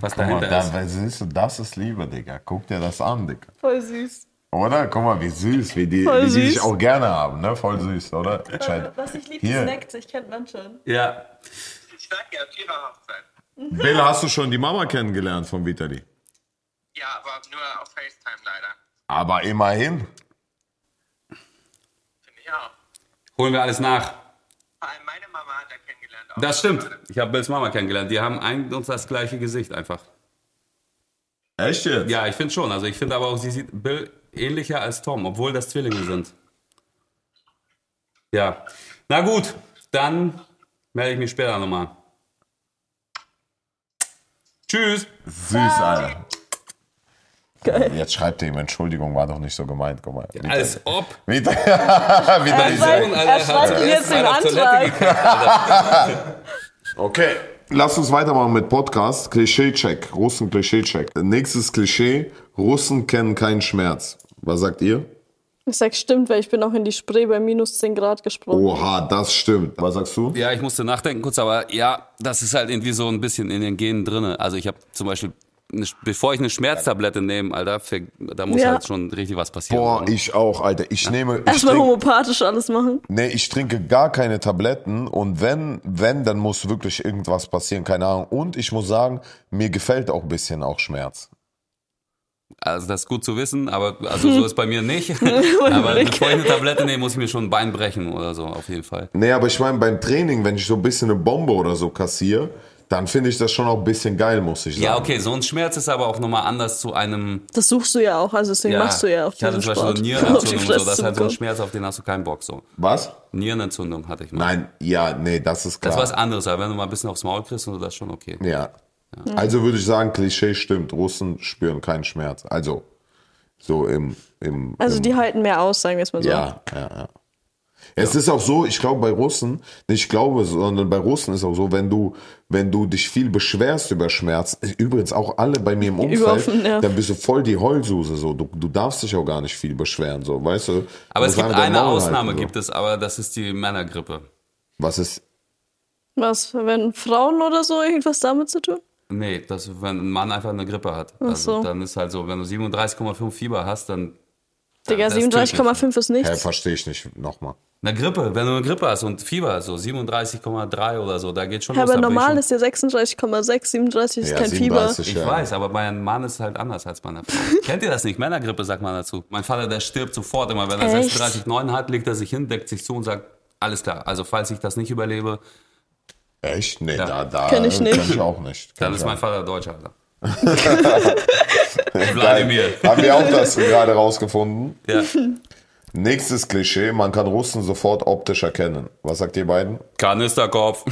S2: Was
S1: Guck mal,
S2: dahinter
S1: da,
S2: ist.
S1: weil siehst du, das ist Liebe, Digga. Guck dir das an, Digga.
S3: Voll süß.
S1: Oder? Guck mal, wie süß, wie die,
S3: Voll
S1: wie die sich
S3: süß.
S1: auch gerne haben, ne? Voll süß, oder? Chat.
S3: Was ich liebe,
S1: Hier.
S3: snackt sich, kennt man schon.
S2: Ja.
S4: Ich sag ja, Viererhochzeit.
S1: Bill, hast du schon die Mama kennengelernt von Vitali?
S4: Ja, aber nur auf FaceTime leider.
S1: Aber immerhin.
S4: Finde ich auch.
S2: Holen wir alles nach.
S4: Vor allem meine Mama hat er kennengelernt. Auch.
S2: Das stimmt. Ich habe Bills Mama kennengelernt. Die haben ein, uns das gleiche Gesicht einfach.
S1: Echt jetzt?
S2: Ja, ich finde schon. Also ich finde aber auch, sie sieht Bill ähnlicher als Tom, obwohl das Zwillinge sind. Ja. Na gut, dann melde ich mich später nochmal. Tschüss.
S1: Süß, Alter. Also Jetzt schreibt er ihm, Entschuldigung, war doch nicht so gemeint. Guck mal. <laughs> Vitali.
S2: Als ob.
S1: Vitali,
S2: Mein
S1: Vitali
S2: Sohn, Alter,
S3: er
S2: hat
S3: schreibt
S2: zum
S3: mir
S2: ersten
S3: jetzt den
S2: Mal auf Toilette
S3: Antrag.
S2: gekackt, Alter.
S1: Okay. Lass uns weitermachen mit Podcast. Klischee-Check. Russen-Klischee-Check. Nächstes Klischee. Russen kennen keinen Schmerz. Was sagt ihr?
S3: Ich sag stimmt, weil ich bin auch in die Spree bei minus 10 Grad gesprungen.
S1: Oha, das stimmt. Was sagst du?
S2: Ja, ich musste nachdenken kurz, aber ja, das ist halt irgendwie so ein bisschen in den Genen drinne. Also ich habe zum Beispiel, eine, Sch- bevor ich eine Schmerztablette nehme, Alter, für, da muss
S3: Ja.
S2: halt schon richtig was passieren.
S1: Boah,
S2: ne?
S1: ich auch, Alter. Ich nehme. Ich
S3: Erstmal
S1: trinke,
S3: homopathisch alles machen.
S1: nee, ich trinke gar keine Tabletten. Und wenn, wenn, dann muss wirklich irgendwas passieren. Keine Ahnung. Und ich muss sagen, mir gefällt auch ein bisschen auch Schmerz.
S2: Also das ist gut zu wissen, aber also so ist bei mir
S3: <laughs>
S2: nicht. aber
S3: Blick.
S2: bevor ich eine Tablette nehme, muss ich mir schon ein Bein brechen oder so, auf jeden Fall.
S1: Nee, aber ich meine, beim Training, wenn ich so ein bisschen eine Bombe oder so kassiere, Dann finde ich das schon auch ein bisschen geil, muss ich sagen.
S2: Ja, okay, so ein Schmerz ist aber auch nochmal anders zu einem.
S3: Das suchst du ja auch, also deswegen
S2: Ja,
S3: machst du ja auch
S2: Ich hatte
S3: diesen
S2: zum Beispiel so
S3: <laughs> Sport,
S2: eine
S3: um auf die
S2: Nierenentzündung und so.
S3: Fresse
S2: Das ist halt so
S3: zu
S2: ein
S3: bekommen.
S2: Schmerz, auf den hast du keinen Bock. So.
S1: Was?
S2: Nierenentzündung hatte ich mal.
S1: Nein, ja, nee, das ist
S2: Das
S1: klar.
S2: war was anderes, aber wenn du mal ein bisschen aufs Maul kriegst und so, das ist schon okay.
S1: Ja. Also würde ich sagen, Klischee stimmt. Russen spüren keinen Schmerz. Also, so im. im
S3: Also
S1: im,
S3: die halten mehr aus, sagen wir es mal so.
S1: Ja, ja, ja. Es ist auch so, ich glaube bei Russen, nicht ich glaube, sondern bei Russen ist auch so, wenn du, wenn du dich viel beschwerst über Schmerz, übrigens auch alle bei
S2: <laughs>
S1: mir im Umfeld,
S3: Überoffen, ja.
S1: dann bist du voll die Heulsuse, so. Du, du darfst dich auch gar nicht viel beschweren, so, weißt du?
S2: Aber es
S1: Du
S2: gibt
S1: sagst, dein
S2: eine
S1: Maul
S2: Ausnahme,
S1: halten, so.
S2: gibt es, aber das ist die Männergrippe.
S1: Was ist,
S3: Was, wenn Frauen oder so irgendwas damit zu tun?
S2: Nee, das, wenn ein Mann einfach eine Grippe hat.
S3: so.
S2: Also dann ist halt so, wenn du 37,5 Fieber hast, dann.
S3: Digga,
S2: das ist tödlich.
S3: 37,5 ist
S1: hä,
S3: nichts.
S1: verstehe ich nicht, nochmal.
S2: Eine Grippe, wenn du eine Grippe hast und Fieber, so 37,3 oder so, da geht schon
S3: Ja,
S2: los.
S3: aber
S2: da bin ich
S3: normal
S2: schon-
S3: ist ja 36,6, 37 ist
S1: Ja,
S3: kein Fieber.
S1: 37,
S2: Ich
S1: ja.
S2: weiß, aber bei einem Mann ist es halt anders als bei einer
S3: <laughs>
S2: Frau. Kennt ihr das nicht? Männergrippe sagt man dazu. Mein Vater, der stirbt sofort immer. Wenn er
S3: Echt?
S2: 36,9 hat, legt er sich hin, deckt sich zu und sagt, alles klar, also falls ich das nicht überlebe,
S1: Echt? Nee, da,
S2: Ja.
S1: da.
S3: Kenn ich nicht.
S1: Kann ich auch nicht. Kann
S2: dann
S1: ich
S2: ist
S1: auch
S2: mein Vater Deutscher. <laughs> Alter.
S1: Geil.
S2: <laughs> Wladimir.
S1: Haben wir auch das <laughs> gerade rausgefunden.
S3: <laughs>
S2: Ja.
S1: Nächstes Klischee, man kann Russen sofort optisch erkennen. Was sagt ihr beiden?
S2: Kanisterkopf.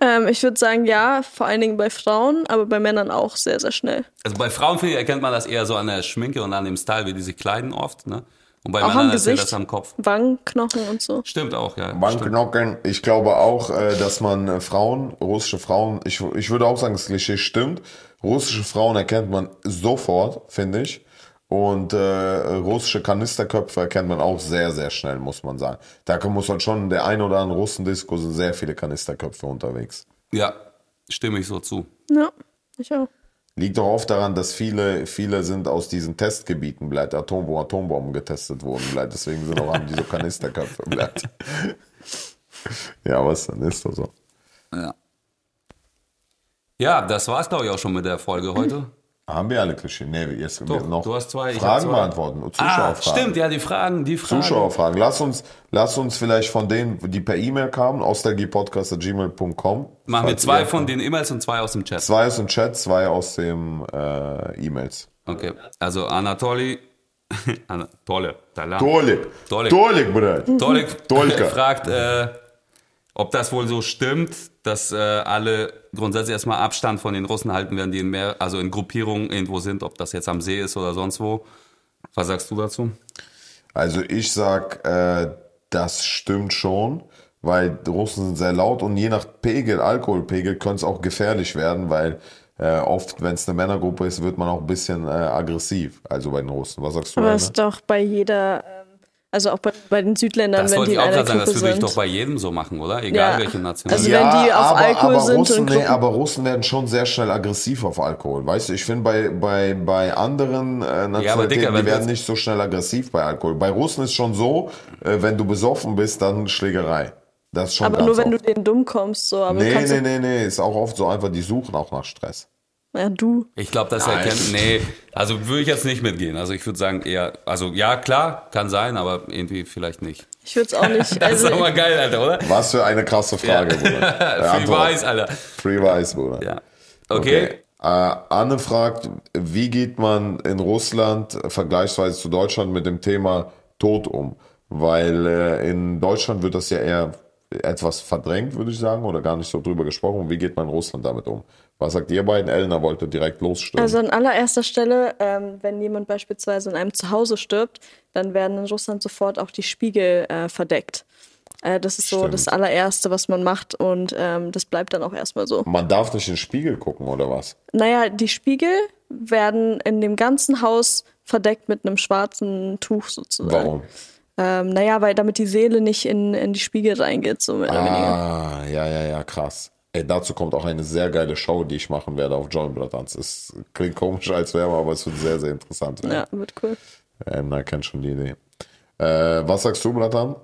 S3: Ähm, ich würde sagen, ja, vor allen Dingen bei Frauen, aber bei Männern auch sehr, sehr schnell.
S2: Also bei Frauen, finde ich, erkennt man das eher so an der Schminke und an dem Style, wie die sich kleiden oft. Ne? Und bei
S3: Auch am
S2: Männern ist
S3: Gesicht,
S2: das am Kopf.
S3: Wangen, Knochen und so.
S2: Stimmt auch, ja. Stimmt.
S1: Banknocken. Ich glaube auch, äh, dass man äh, Frauen, russische Frauen, ich, ich würde auch sagen, das Klischee stimmt. Russische Frauen erkennt man sofort, finde ich. Und äh, russische Kanisterköpfe erkennt man auch sehr, sehr schnell, muss man sagen. Da muss man schon, der ein oder andere Russen-Disco sind sehr viele Kanisterköpfe unterwegs.
S2: Ja, stimme ich so zu.
S3: Ja, ich auch.
S1: Liegt auch oft daran, dass viele, viele sind aus diesen Testgebieten bleibt, Atom, wo Atombomben getestet wurden bleibt. Deswegen sind auch haben diese Kanisterköpfe bleibt. ja, was dann ist das so.
S2: Ja. Ja, das war's, glaube ich, auch schon mit der Folge heute.
S1: Haben wir alle Klischeen? Nee, jetzt
S2: Doch,
S1: noch
S2: du hast zwei, ich hab
S1: Fragen
S2: zwei.
S1: beantworten.
S2: Ah,
S1: <clears throat> Zuschauerfragen.
S2: stimmt, ja, die Fragen, die Fragen.
S1: Zuschauerfragen. Lass uns, lass uns vielleicht von denen, die per E-Mail kamen, ostalgiepodcast.gmail.com.
S2: Machen wir
S1: Falls
S2: zwei
S1: ihr-
S2: von den E-Mails und zwei aus dem Chat.
S1: Zwei aus dem Chat, zwei aus dem äh, E-Mails.
S2: Okay, also Anatoli, <laughs> Ana- Tolle, Talan.
S1: Tolik.
S2: Tolik.
S1: Tolik, Bruder.
S2: Tolik
S1: Tolke.
S2: <laughs> fragt, äh, ob das wohl so stimmt, dass äh, alle grundsätzlich erstmal Abstand von den Russen halten werden, die in mehr, also in Gruppierungen irgendwo sind, ob das jetzt am See ist oder sonst wo. Was sagst du dazu?
S3: Ähm,
S1: Also ich sag, äh, das stimmt schon, weil die Russen sind sehr laut und je nach Pegel, Alkoholpegel, könnte es auch gefährlich werden, weil äh, oft, wenn es eine Männergruppe ist, wird man auch ein bisschen äh, aggressiv. Also bei den Russen. Was sagst du?
S3: Aber
S1: Anne?
S2: ne?
S3: ist doch bei jeder, ähm, also auch bei, bei den Südländern,
S2: Das
S3: wenn
S2: wollte
S3: die
S2: ich
S3: in
S2: auch
S3: einer
S2: gerade sagen,
S3: Gruppe
S2: das würde ich
S3: sind.
S2: doch bei jedem so machen, oder? Egal
S3: Ja.
S2: welche
S3: Also
S2: Nationalität.
S3: wenn die auf Alkohol
S1: aber
S3: sind und
S1: Russen,
S3: Gruppen-
S1: aber Russen werden schon sehr schnell aggressiv auf Alkohol. Weißt du, ich finde bei, bei, bei anderen äh, Nationalitäten,
S2: Dicker, wenn
S1: die
S2: du
S1: werden
S2: jetzt-
S1: nicht so schnell aggressiv bei Alkohol. Bei Russen ist schon so, äh, wenn du besoffen bist, dann Schlägerei. Das ist schon
S3: aber
S1: ganz
S3: nur wenn
S1: oft.
S3: du denen dumm kommst, so. Aber du
S1: Nee,
S3: kannst
S1: nee, nee, nee, ist auch oft so einfach, die suchen auch nach Stress.
S3: Ja, du.
S2: Ich glaube, das erkennt. Nee, also würde ich jetzt nicht mitgehen. Also ich würde sagen eher, also ja, klar, kann sein, aber irgendwie vielleicht nicht.
S3: Ich würde es auch nicht.
S2: <laughs> Das
S3: Also,
S2: ist aber geil, Alter, oder?
S1: Was für eine krasse Frage,
S2: <laughs>
S1: Bruder. Äh,
S2: Free
S1: Antwort.
S2: Weiß, Alter.
S1: Free Weiß, Bruder.
S2: Ja. Okay.
S1: Äh, Anne fragt, wie geht man in Russland äh, vergleichsweise zu Deutschland mit dem Thema Tod um? Weil äh, in Deutschland wird das ja eher etwas verdrängt, würde ich sagen, oder gar nicht so drüber gesprochen. Wie geht man in Russland damit um? Was sagt ihr beiden? Elena wollte direkt losstürmen.
S3: also an allererster Stelle, ähm, wenn jemand beispielsweise in einem Zuhause stirbt, dann werden in Russland sofort auch die Spiegel äh, verdeckt. Äh, das ist so
S1: Stimmt.
S3: das allererste, was man macht und ähm, das bleibt dann auch erstmal so.
S1: man darf nicht in den Spiegel gucken, oder was?
S3: Naja, die Spiegel werden in dem ganzen Haus verdeckt mit einem schwarzen Tuch sozusagen.
S1: Warum?
S3: Ähm, naja, weil damit die Seele nicht in, in die Spiegel reingeht, so mehr oder weniger.
S1: Ah, ja, ja, ja, krass. Ey, dazu kommt auch eine sehr geile Show, die ich machen werde auf John Blattanz. Es klingt komisch als Werbe, aber es wird sehr, sehr interessant werden.
S3: Ja, wird cool.
S1: Ähm, na, kennt schon die Idee. Äh, was sagst du, Bratan?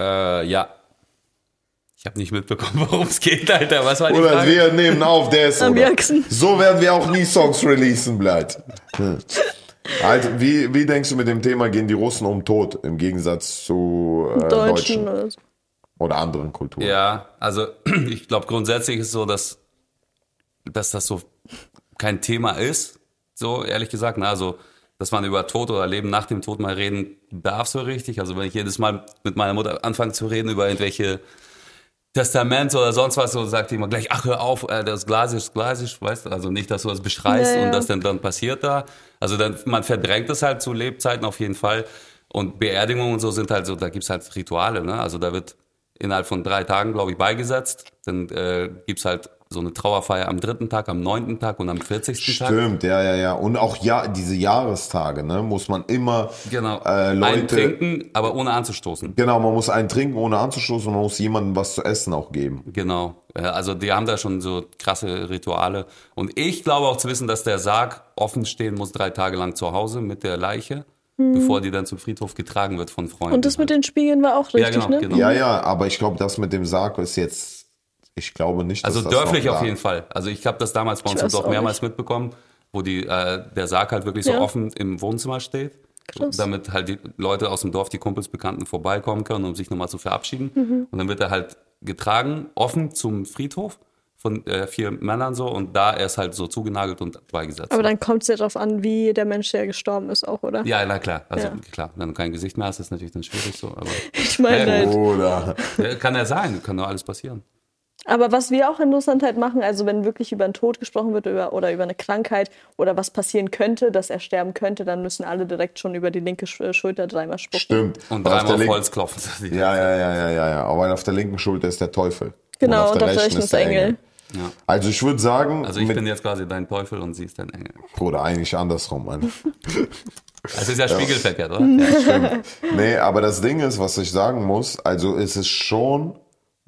S2: Äh, ja. Ich habe nicht mitbekommen, <laughs> worum es geht, Alter. Was war die
S1: Oder
S2: Frage?
S1: wir nehmen auf, der ist.
S3: Am
S1: oder?
S3: Jackson.
S1: So werden wir auch nie Songs releasen, bleibt. Hm. Also, wie, wie denkst du mit dem Thema, gehen die Russen um tot im Gegensatz zu äh,
S3: Deutschen
S1: Deutschen?
S3: oder so.
S1: Oder anderen Kulturen.
S2: Ja, also <clears throat> ich glaube grundsätzlich ist es so, dass, dass das so kein Thema ist, so ehrlich gesagt. Na, also, dass man über Tod oder Leben nach dem Tod mal reden darf, so richtig. Also wenn ich jedes Mal mit meiner Mutter anfange zu reden über irgendwelche Testament oder sonst was, so sagt die immer gleich, ach hör auf, äh, das Glas ist Glas, ist, weißt du, also nicht, dass du das beschreist
S3: Ja, ja.
S2: und das dann, dann passiert da. Also dann, man verdrängt es halt zu Lebzeiten auf jeden Fall. Und Beerdigungen und so sind halt so, da gibt's halt Rituale, ne? Also da wird innerhalb von drei Tagen, glaube ich, beigesetzt. Dann äh, gibt's halt so eine Trauerfeier am dritten Tag, am neunten Tag und am 40. Tag.
S1: Stimmt, ja, ja, ja. Und auch ja, diese Jahrestage, ne, muss man immer
S2: Genau.
S1: äh, Leute.
S2: Eintrinken, aber ohne anzustoßen.
S1: Genau, man muss einen trinken, ohne anzustoßen und man muss jemandem was zu essen auch geben.
S2: Genau. Äh, Also die haben da schon so krasse Rituale. Und ich glaube auch zu wissen, dass der Sarg offen stehen muss drei Tage lang zu Hause mit der Leiche, bevor die dann zum Friedhof getragen wird von Freunden.
S3: Mhm. Und das mit den Spiegeln war auch
S2: Ja,
S3: richtig,
S2: genau,
S3: ne?
S2: genau.
S1: Ja, ja, aber ich glaube, das mit dem Sarg ist jetzt, ich glaube nicht,
S2: also
S1: das noch
S2: dörflich auf
S1: da-
S2: jeden Fall. Also ich habe das damals bei uns
S3: Ich
S2: im
S3: weiß
S2: Dorf
S3: auch
S2: mehrmals mitbekommen, wo die, äh, der Sarg halt wirklich so
S3: Ja.
S2: offen im Wohnzimmer steht. Damit halt die Leute aus dem Dorf, die Kumpels, Bekannten vorbeikommen können, um sich nochmal zu verabschieden.
S3: Mhm.
S2: Und dann wird er halt getragen, offen zum Friedhof von äh, vier Männern so und da erst halt so zugenagelt und beigesetzt.
S3: Aber dann kommt es ja darauf an, wie der Mensch, der gestorben ist, auch, oder?
S2: Ja, na klar. Also
S3: Ja.
S2: klar, wenn du kein Gesicht mehr hast, ist natürlich dann schwierig so. Aber <laughs>
S3: <laughs> Ich meine,
S2: genau.
S1: Oder.
S3: halt,
S2: äh, kann ja sein, kann doch alles passieren.
S3: Aber was wir auch in Russland halt machen, also wenn wirklich über den Tod gesprochen wird über, oder über eine Krankheit oder was passieren könnte, dass er sterben könnte, dann müssen alle direkt schon über die linke Sch äh, Schulter
S2: <laughs>
S3: dreimal spucken.
S1: Stimmt.
S2: Und
S1: Weil auf
S2: dreimal
S1: der
S2: auf
S1: link-
S2: Holz klopfen. <laughs>
S1: Ja, ja, ja, ja, ja, ja. Aber auf der linken Schulter ist der Teufel.
S3: Genau, und auf der rechten ist der Engel.
S2: Ja.
S1: Also ich würde sagen,
S2: Also ich bin jetzt quasi dein Teufel und sie ist dein Engel.
S1: Bruder, eigentlich andersrum. Mann. <laughs>
S2: Das ist ja spiegelverkehrt, oder? Ja.
S1: nee, aber das Ding ist, was ich sagen muss, also es ist schon,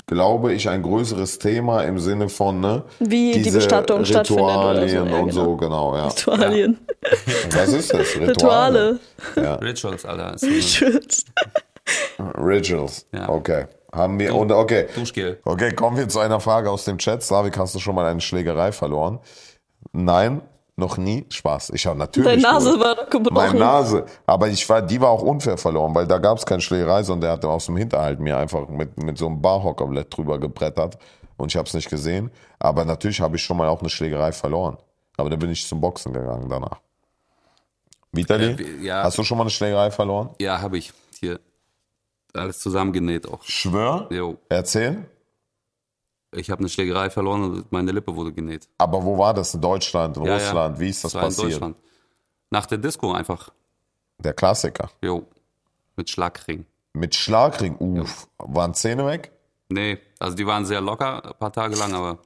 S1: glaube ich, ein größeres Thema im Sinne von, ne?
S3: Wie die Bestattung stattfindet oder so,
S1: Ritualien
S3: ja,
S1: und so, genau, ja.
S3: <laughs> Ritualien.
S1: Was ist das?
S3: Rituale.
S2: Rituals, Alter.
S1: Hm.
S2: Ist so eine
S3: Schütz.
S1: Rituals.
S2: Ja.
S1: Okay. Haben wir, und okay.
S2: Duschgel.
S1: Okay, kommen wir zu einer Frage aus dem Chat. Slavik, hast du schon mal eine Schlägerei verloren? Nein, noch nie. Spaß. Ich habe natürlich.
S3: Deine Nase
S1: Bruder.
S3: war doch
S1: Meine
S3: gebrochen.
S1: Nase. Aber ich war, die war auch unfair verloren, weil da gab es keine Schlägerei, sondern der hat aus dem Hinterhalt mir einfach mit, mit so einem Barhockerblatt drüber gebrettert und ich habe es nicht gesehen. Aber natürlich habe ich schon mal auch eine Schlägerei verloren. Aber dann bin ich zum Boxen gegangen danach. Vitali,
S2: Ja, wie- ja.
S1: hast du schon mal eine Schlägerei verloren?
S2: Ja, habe ich. Hier. Alles zusammengenäht auch.
S1: Schwör?
S2: Jo.
S1: Erzähl.
S2: Ich habe eine Schlägerei verloren und meine Lippe wurde genäht.
S1: Aber wo war das? In Deutschland, in
S2: Ja, ja.
S1: Russland? Wie ist das
S2: Das war in
S1: passiert?
S2: Deutschland. Nach der Disco einfach.
S1: Der Klassiker.
S2: Jo. Mit Schlagring.
S1: Mit Schlagring, uff. Waren Zähne weg?
S2: Nee, also die waren sehr locker, ein paar Tage lang, aber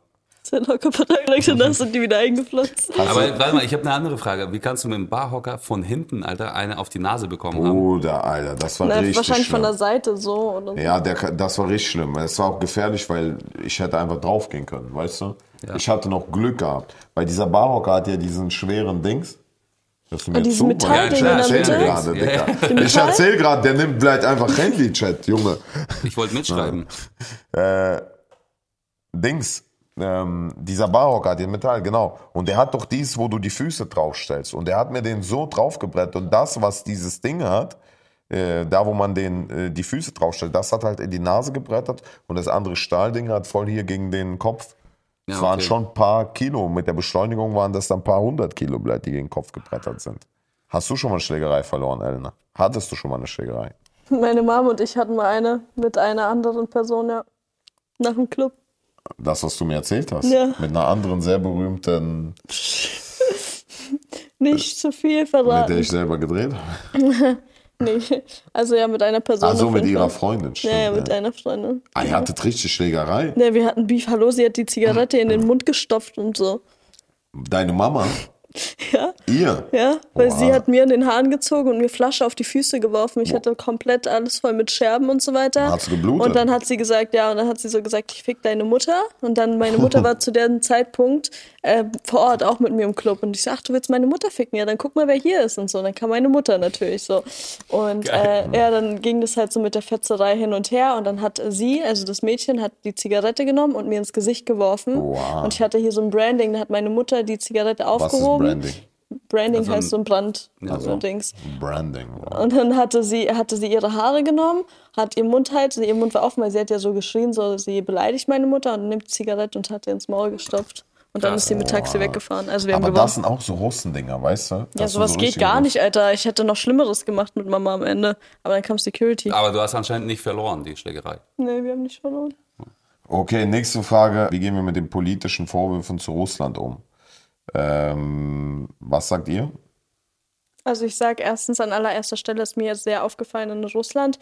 S3: Sehr locker verteidigt und dann sind die wieder eingepflanzt.
S1: Also,
S2: Aber warte mal, ich habe eine andere Frage. Wie kannst du mit dem Barhocker von hinten, Alter, eine auf die Nase bekommen haben?
S1: Bruder, Alter, das war
S3: Na,
S1: richtig
S3: wahrscheinlich
S1: schlimm.
S3: von der Seite so. Oder so.
S1: ja, der, das war richtig schlimm. Es war auch gefährlich, weil ich hätte einfach draufgehen können, weißt du? Ich hatte noch Glück gehabt. Weil dieser Barhocker hat ja diesen schweren Dings. Hörst du mir
S3: diese
S1: zu? Mann?
S3: Metallding
S1: ich
S2: in der
S1: erzähl
S2: Mitte?
S1: gerade,
S2: Ja.
S1: Digga. Ich erzähl gerade, der nimmt bleibt einfach Handy-Chat, Junge.
S2: Ich wollte mitschreiben.
S1: Dings, ähm, dieser Barhocker hat den Metall, genau. Und der hat doch dies, wo du die Füße draufstellst. Und der hat mir den so draufgebrettet. Und das, was dieses Ding hat, äh, da wo man den, äh, die Füße draufstellt, das hat halt in die Nase gebrettert. Und das andere Stahlding hat voll hier gegen den Kopf. Es waren
S2: okay.
S1: schon ein paar Kilo. Mit der Beschleunigung waren das dann ein paar hundert Kilo, Blatt, die gegen den Kopf gebrettert sind. Hast du schon mal eine Schlägerei verloren, Elena? Hattest du schon mal eine Schlägerei?
S3: Meine Mom und ich hatten mal eine mit einer anderen Person, ja. Nach dem Club.
S1: Das, was du mir erzählt hast.
S3: Ja.
S1: Mit einer anderen sehr berühmten,
S3: Nicht zu viel
S1: mit der
S3: verraten.
S1: ich selber gedreht habe.
S3: Nee. Also ja, mit einer Person.
S1: Also
S3: auf
S1: mit
S3: jeden
S1: ihrer
S3: Fall.
S1: Freundin, stimmt.
S3: Ja, ja,
S1: ne?
S3: mit einer Freundin.
S1: Ah, ihr hattet richtig Schlägerei.
S3: Ne, wir hatten Beef. Hallo, sie hat die Zigarette in den Mund gestopft und so.
S1: Deine Mama,
S3: <laughs> Ja,
S1: ihr.
S3: ja. Weil
S1: Oha.
S3: sie hat mir an den Haaren gezogen und mir Flasche auf die Füße geworfen. Ich hatte komplett alles voll mit Scherben und so weiter.
S1: Hat's geblutet?
S3: Und dann hat sie gesagt, ja, und dann hat sie so gesagt, ich fick deine Mutter. Und dann meine Mutter
S1: <laughs>
S3: war zu dem Zeitpunkt äh, vor Ort auch mit mir im Club. Und ich so, ach, du willst meine Mutter ficken? Ja, dann guck mal, wer hier ist und so. Und dann kam meine Mutter natürlich so. Und äh, ja, dann ging das halt so mit der Fetzerei hin und her. Und dann hat sie, also das Mädchen, hat die Zigarette genommen und mir ins Gesicht geworfen.
S1: Wow.
S3: Und ich hatte hier so ein Branding, da hat meine Mutter die Zigarette
S1: ist
S3: aufgehoben.
S1: Branding?
S3: Branding
S2: Also ein-
S3: heißt so ein Brand,
S2: Ja,
S3: so
S2: so.
S3: ein Dings.
S1: Branding.
S3: Und dann hatte sie, hatte sie ihre Haare genommen, hat ihr Mund halt, ihr Mund war offen, weil sie hat ja so geschrien, so sie beleidigt meine Mutter und nimmt die Zigarette und hat ihr ins Maul gestopft. Und dann
S2: Krass.
S3: ist sie mit Taxi weggefahren. Also wir haben
S1: Aber
S3: gewonnen.
S1: das sind auch so Russendinger, weißt du?
S3: ja,
S1: Das sind
S3: sowas
S1: so
S3: geht
S1: richtige
S3: gar nicht, Alter. Ich hätte noch Schlimmeres gemacht mit Mama am Ende. Aber dann kam Security.
S2: Aber du hast anscheinend nicht verloren, die Schlägerei.
S3: Nee, wir haben nicht verloren.
S1: Okay, nächste Frage. Wie gehen wir mit den politischen Vorwürfen zu Russland um? Ähm, was sagt ihr?
S3: Also ich sage erstens an allererster Stelle ist mir sehr aufgefallen in Russland.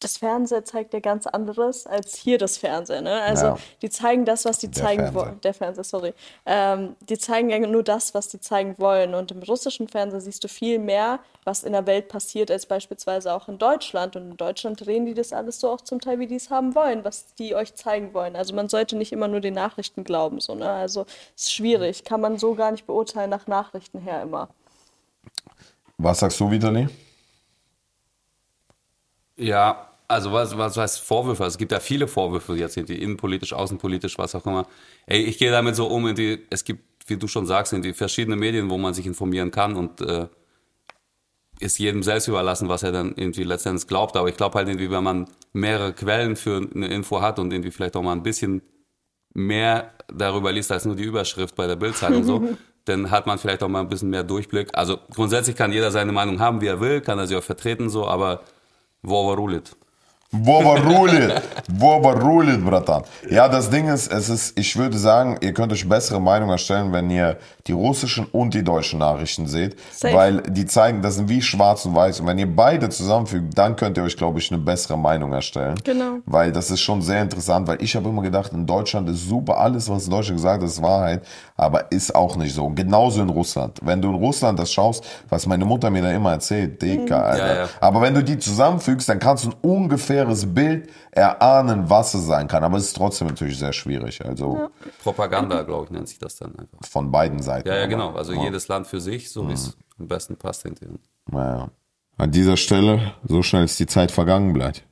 S3: Das Fernseher zeigt ja ganz anderes als hier das Fernseher. Ne? Also
S1: Ja.
S3: die zeigen das, was die
S1: Der
S3: zeigen
S1: Fernseher.
S3: wollen. Der Fernseher, sorry. Ähm, die zeigen ja nur das, was die zeigen wollen. Und im russischen Fernseher siehst du viel mehr, was in der Welt passiert, als beispielsweise auch in Deutschland. Und in Deutschland drehen die das alles so auch zum Teil, wie die es haben wollen, was die euch zeigen wollen. Also man sollte nicht immer nur den Nachrichten glauben. So, ne? Also es ist schwierig. Kann man so gar nicht beurteilen nach Nachrichten her immer.
S1: Was sagst du, Vitali?
S2: Ja, also was, was heißt Vorwürfe? Also es gibt ja viele Vorwürfe jetzt, die innenpolitisch, außenpolitisch, was auch immer. Ey, ich gehe damit so um, in die, es gibt, wie du schon sagst, in die verschiedenen Medien, wo man sich informieren kann und äh, ist jedem selbst überlassen, was er dann irgendwie letztendlich glaubt. Aber ich glaube halt irgendwie, wenn man mehrere Quellen für eine Info hat und irgendwie vielleicht auch mal ein bisschen mehr darüber liest als nur die Überschrift bei der Bildzeitung so, dann hat man vielleicht auch mal ein bisschen mehr Durchblick. Also grundsätzlich kann jeder seine Meinung haben, wie er will, kann er sie auch vertreten so, aber Vova Rulit.
S1: Vova rulit, Vova rulit, Bratan. Ja, das Ding ist, es ist, ich würde sagen, ihr könnt euch bessere Meinung erstellen, wenn ihr die russischen und die deutschen Nachrichten seht,
S3: Safe.
S1: weil die zeigen, das sind wie schwarz und weiß. Und wenn ihr beide zusammenfügt, dann könnt ihr euch, glaube ich, eine bessere Meinung erstellen.
S3: Genau.
S1: Weil das ist schon sehr interessant, weil ich habe immer gedacht, in Deutschland ist super alles, was in Deutschland gesagt ist, ist Wahrheit, aber ist auch nicht so. Genauso in Russland. Wenn du in Russland das schaust, was meine Mutter mir da immer erzählt, Digga, Alter.
S2: ja.
S1: Aber wenn du die zusammenfügst, dann kannst du ein ungefähres Bild erahnen, was es sein kann. Aber es ist trotzdem natürlich sehr schwierig. Also
S2: Propaganda, glaube ich, nennt sich das dann einfach.
S1: von beiden Seiten.
S2: Ja, ja,
S1: Aber-
S2: genau. Mhm. Also jedes Land für sich, so wie es am besten passt hinterher.
S1: Naja. An dieser Stelle, so schnell ist die Zeit vergangen bleibt.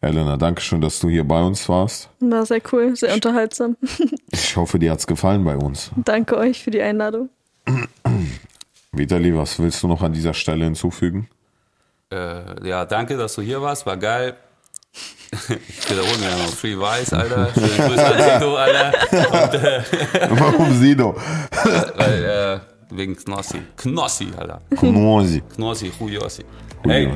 S1: Elena, danke schön, dass du hier bei uns warst.
S3: War sehr cool, sehr unterhaltsam. <laughs>
S1: Ich hoffe, dir hat's gefallen bei uns.
S3: Danke euch für die Einladung.
S1: Vitali, was willst du noch an dieser Stelle
S2: <laughs>
S1: hinzufügen?
S2: Äh, ja, danke, dass du hier warst. War geil. <laughs> Ich wiederhole mir noch Free Weiß, Alter. Schöne Grüße an Tito, Alter.
S1: Warum Sido?
S2: Weil, äh, wegen Knossi. Knossi, Alter.
S1: Knossi.
S2: Knossi, Huiossi.
S1: Hui.
S2: Hey,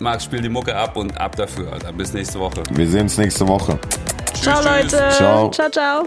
S2: Max, spiel die Mucke ab und ab dafür, Alter. Bis nächste Woche.
S1: Wir sehen uns nächste Woche.
S3: ciao, Leute.
S1: Ciao.
S3: ciao. ciao.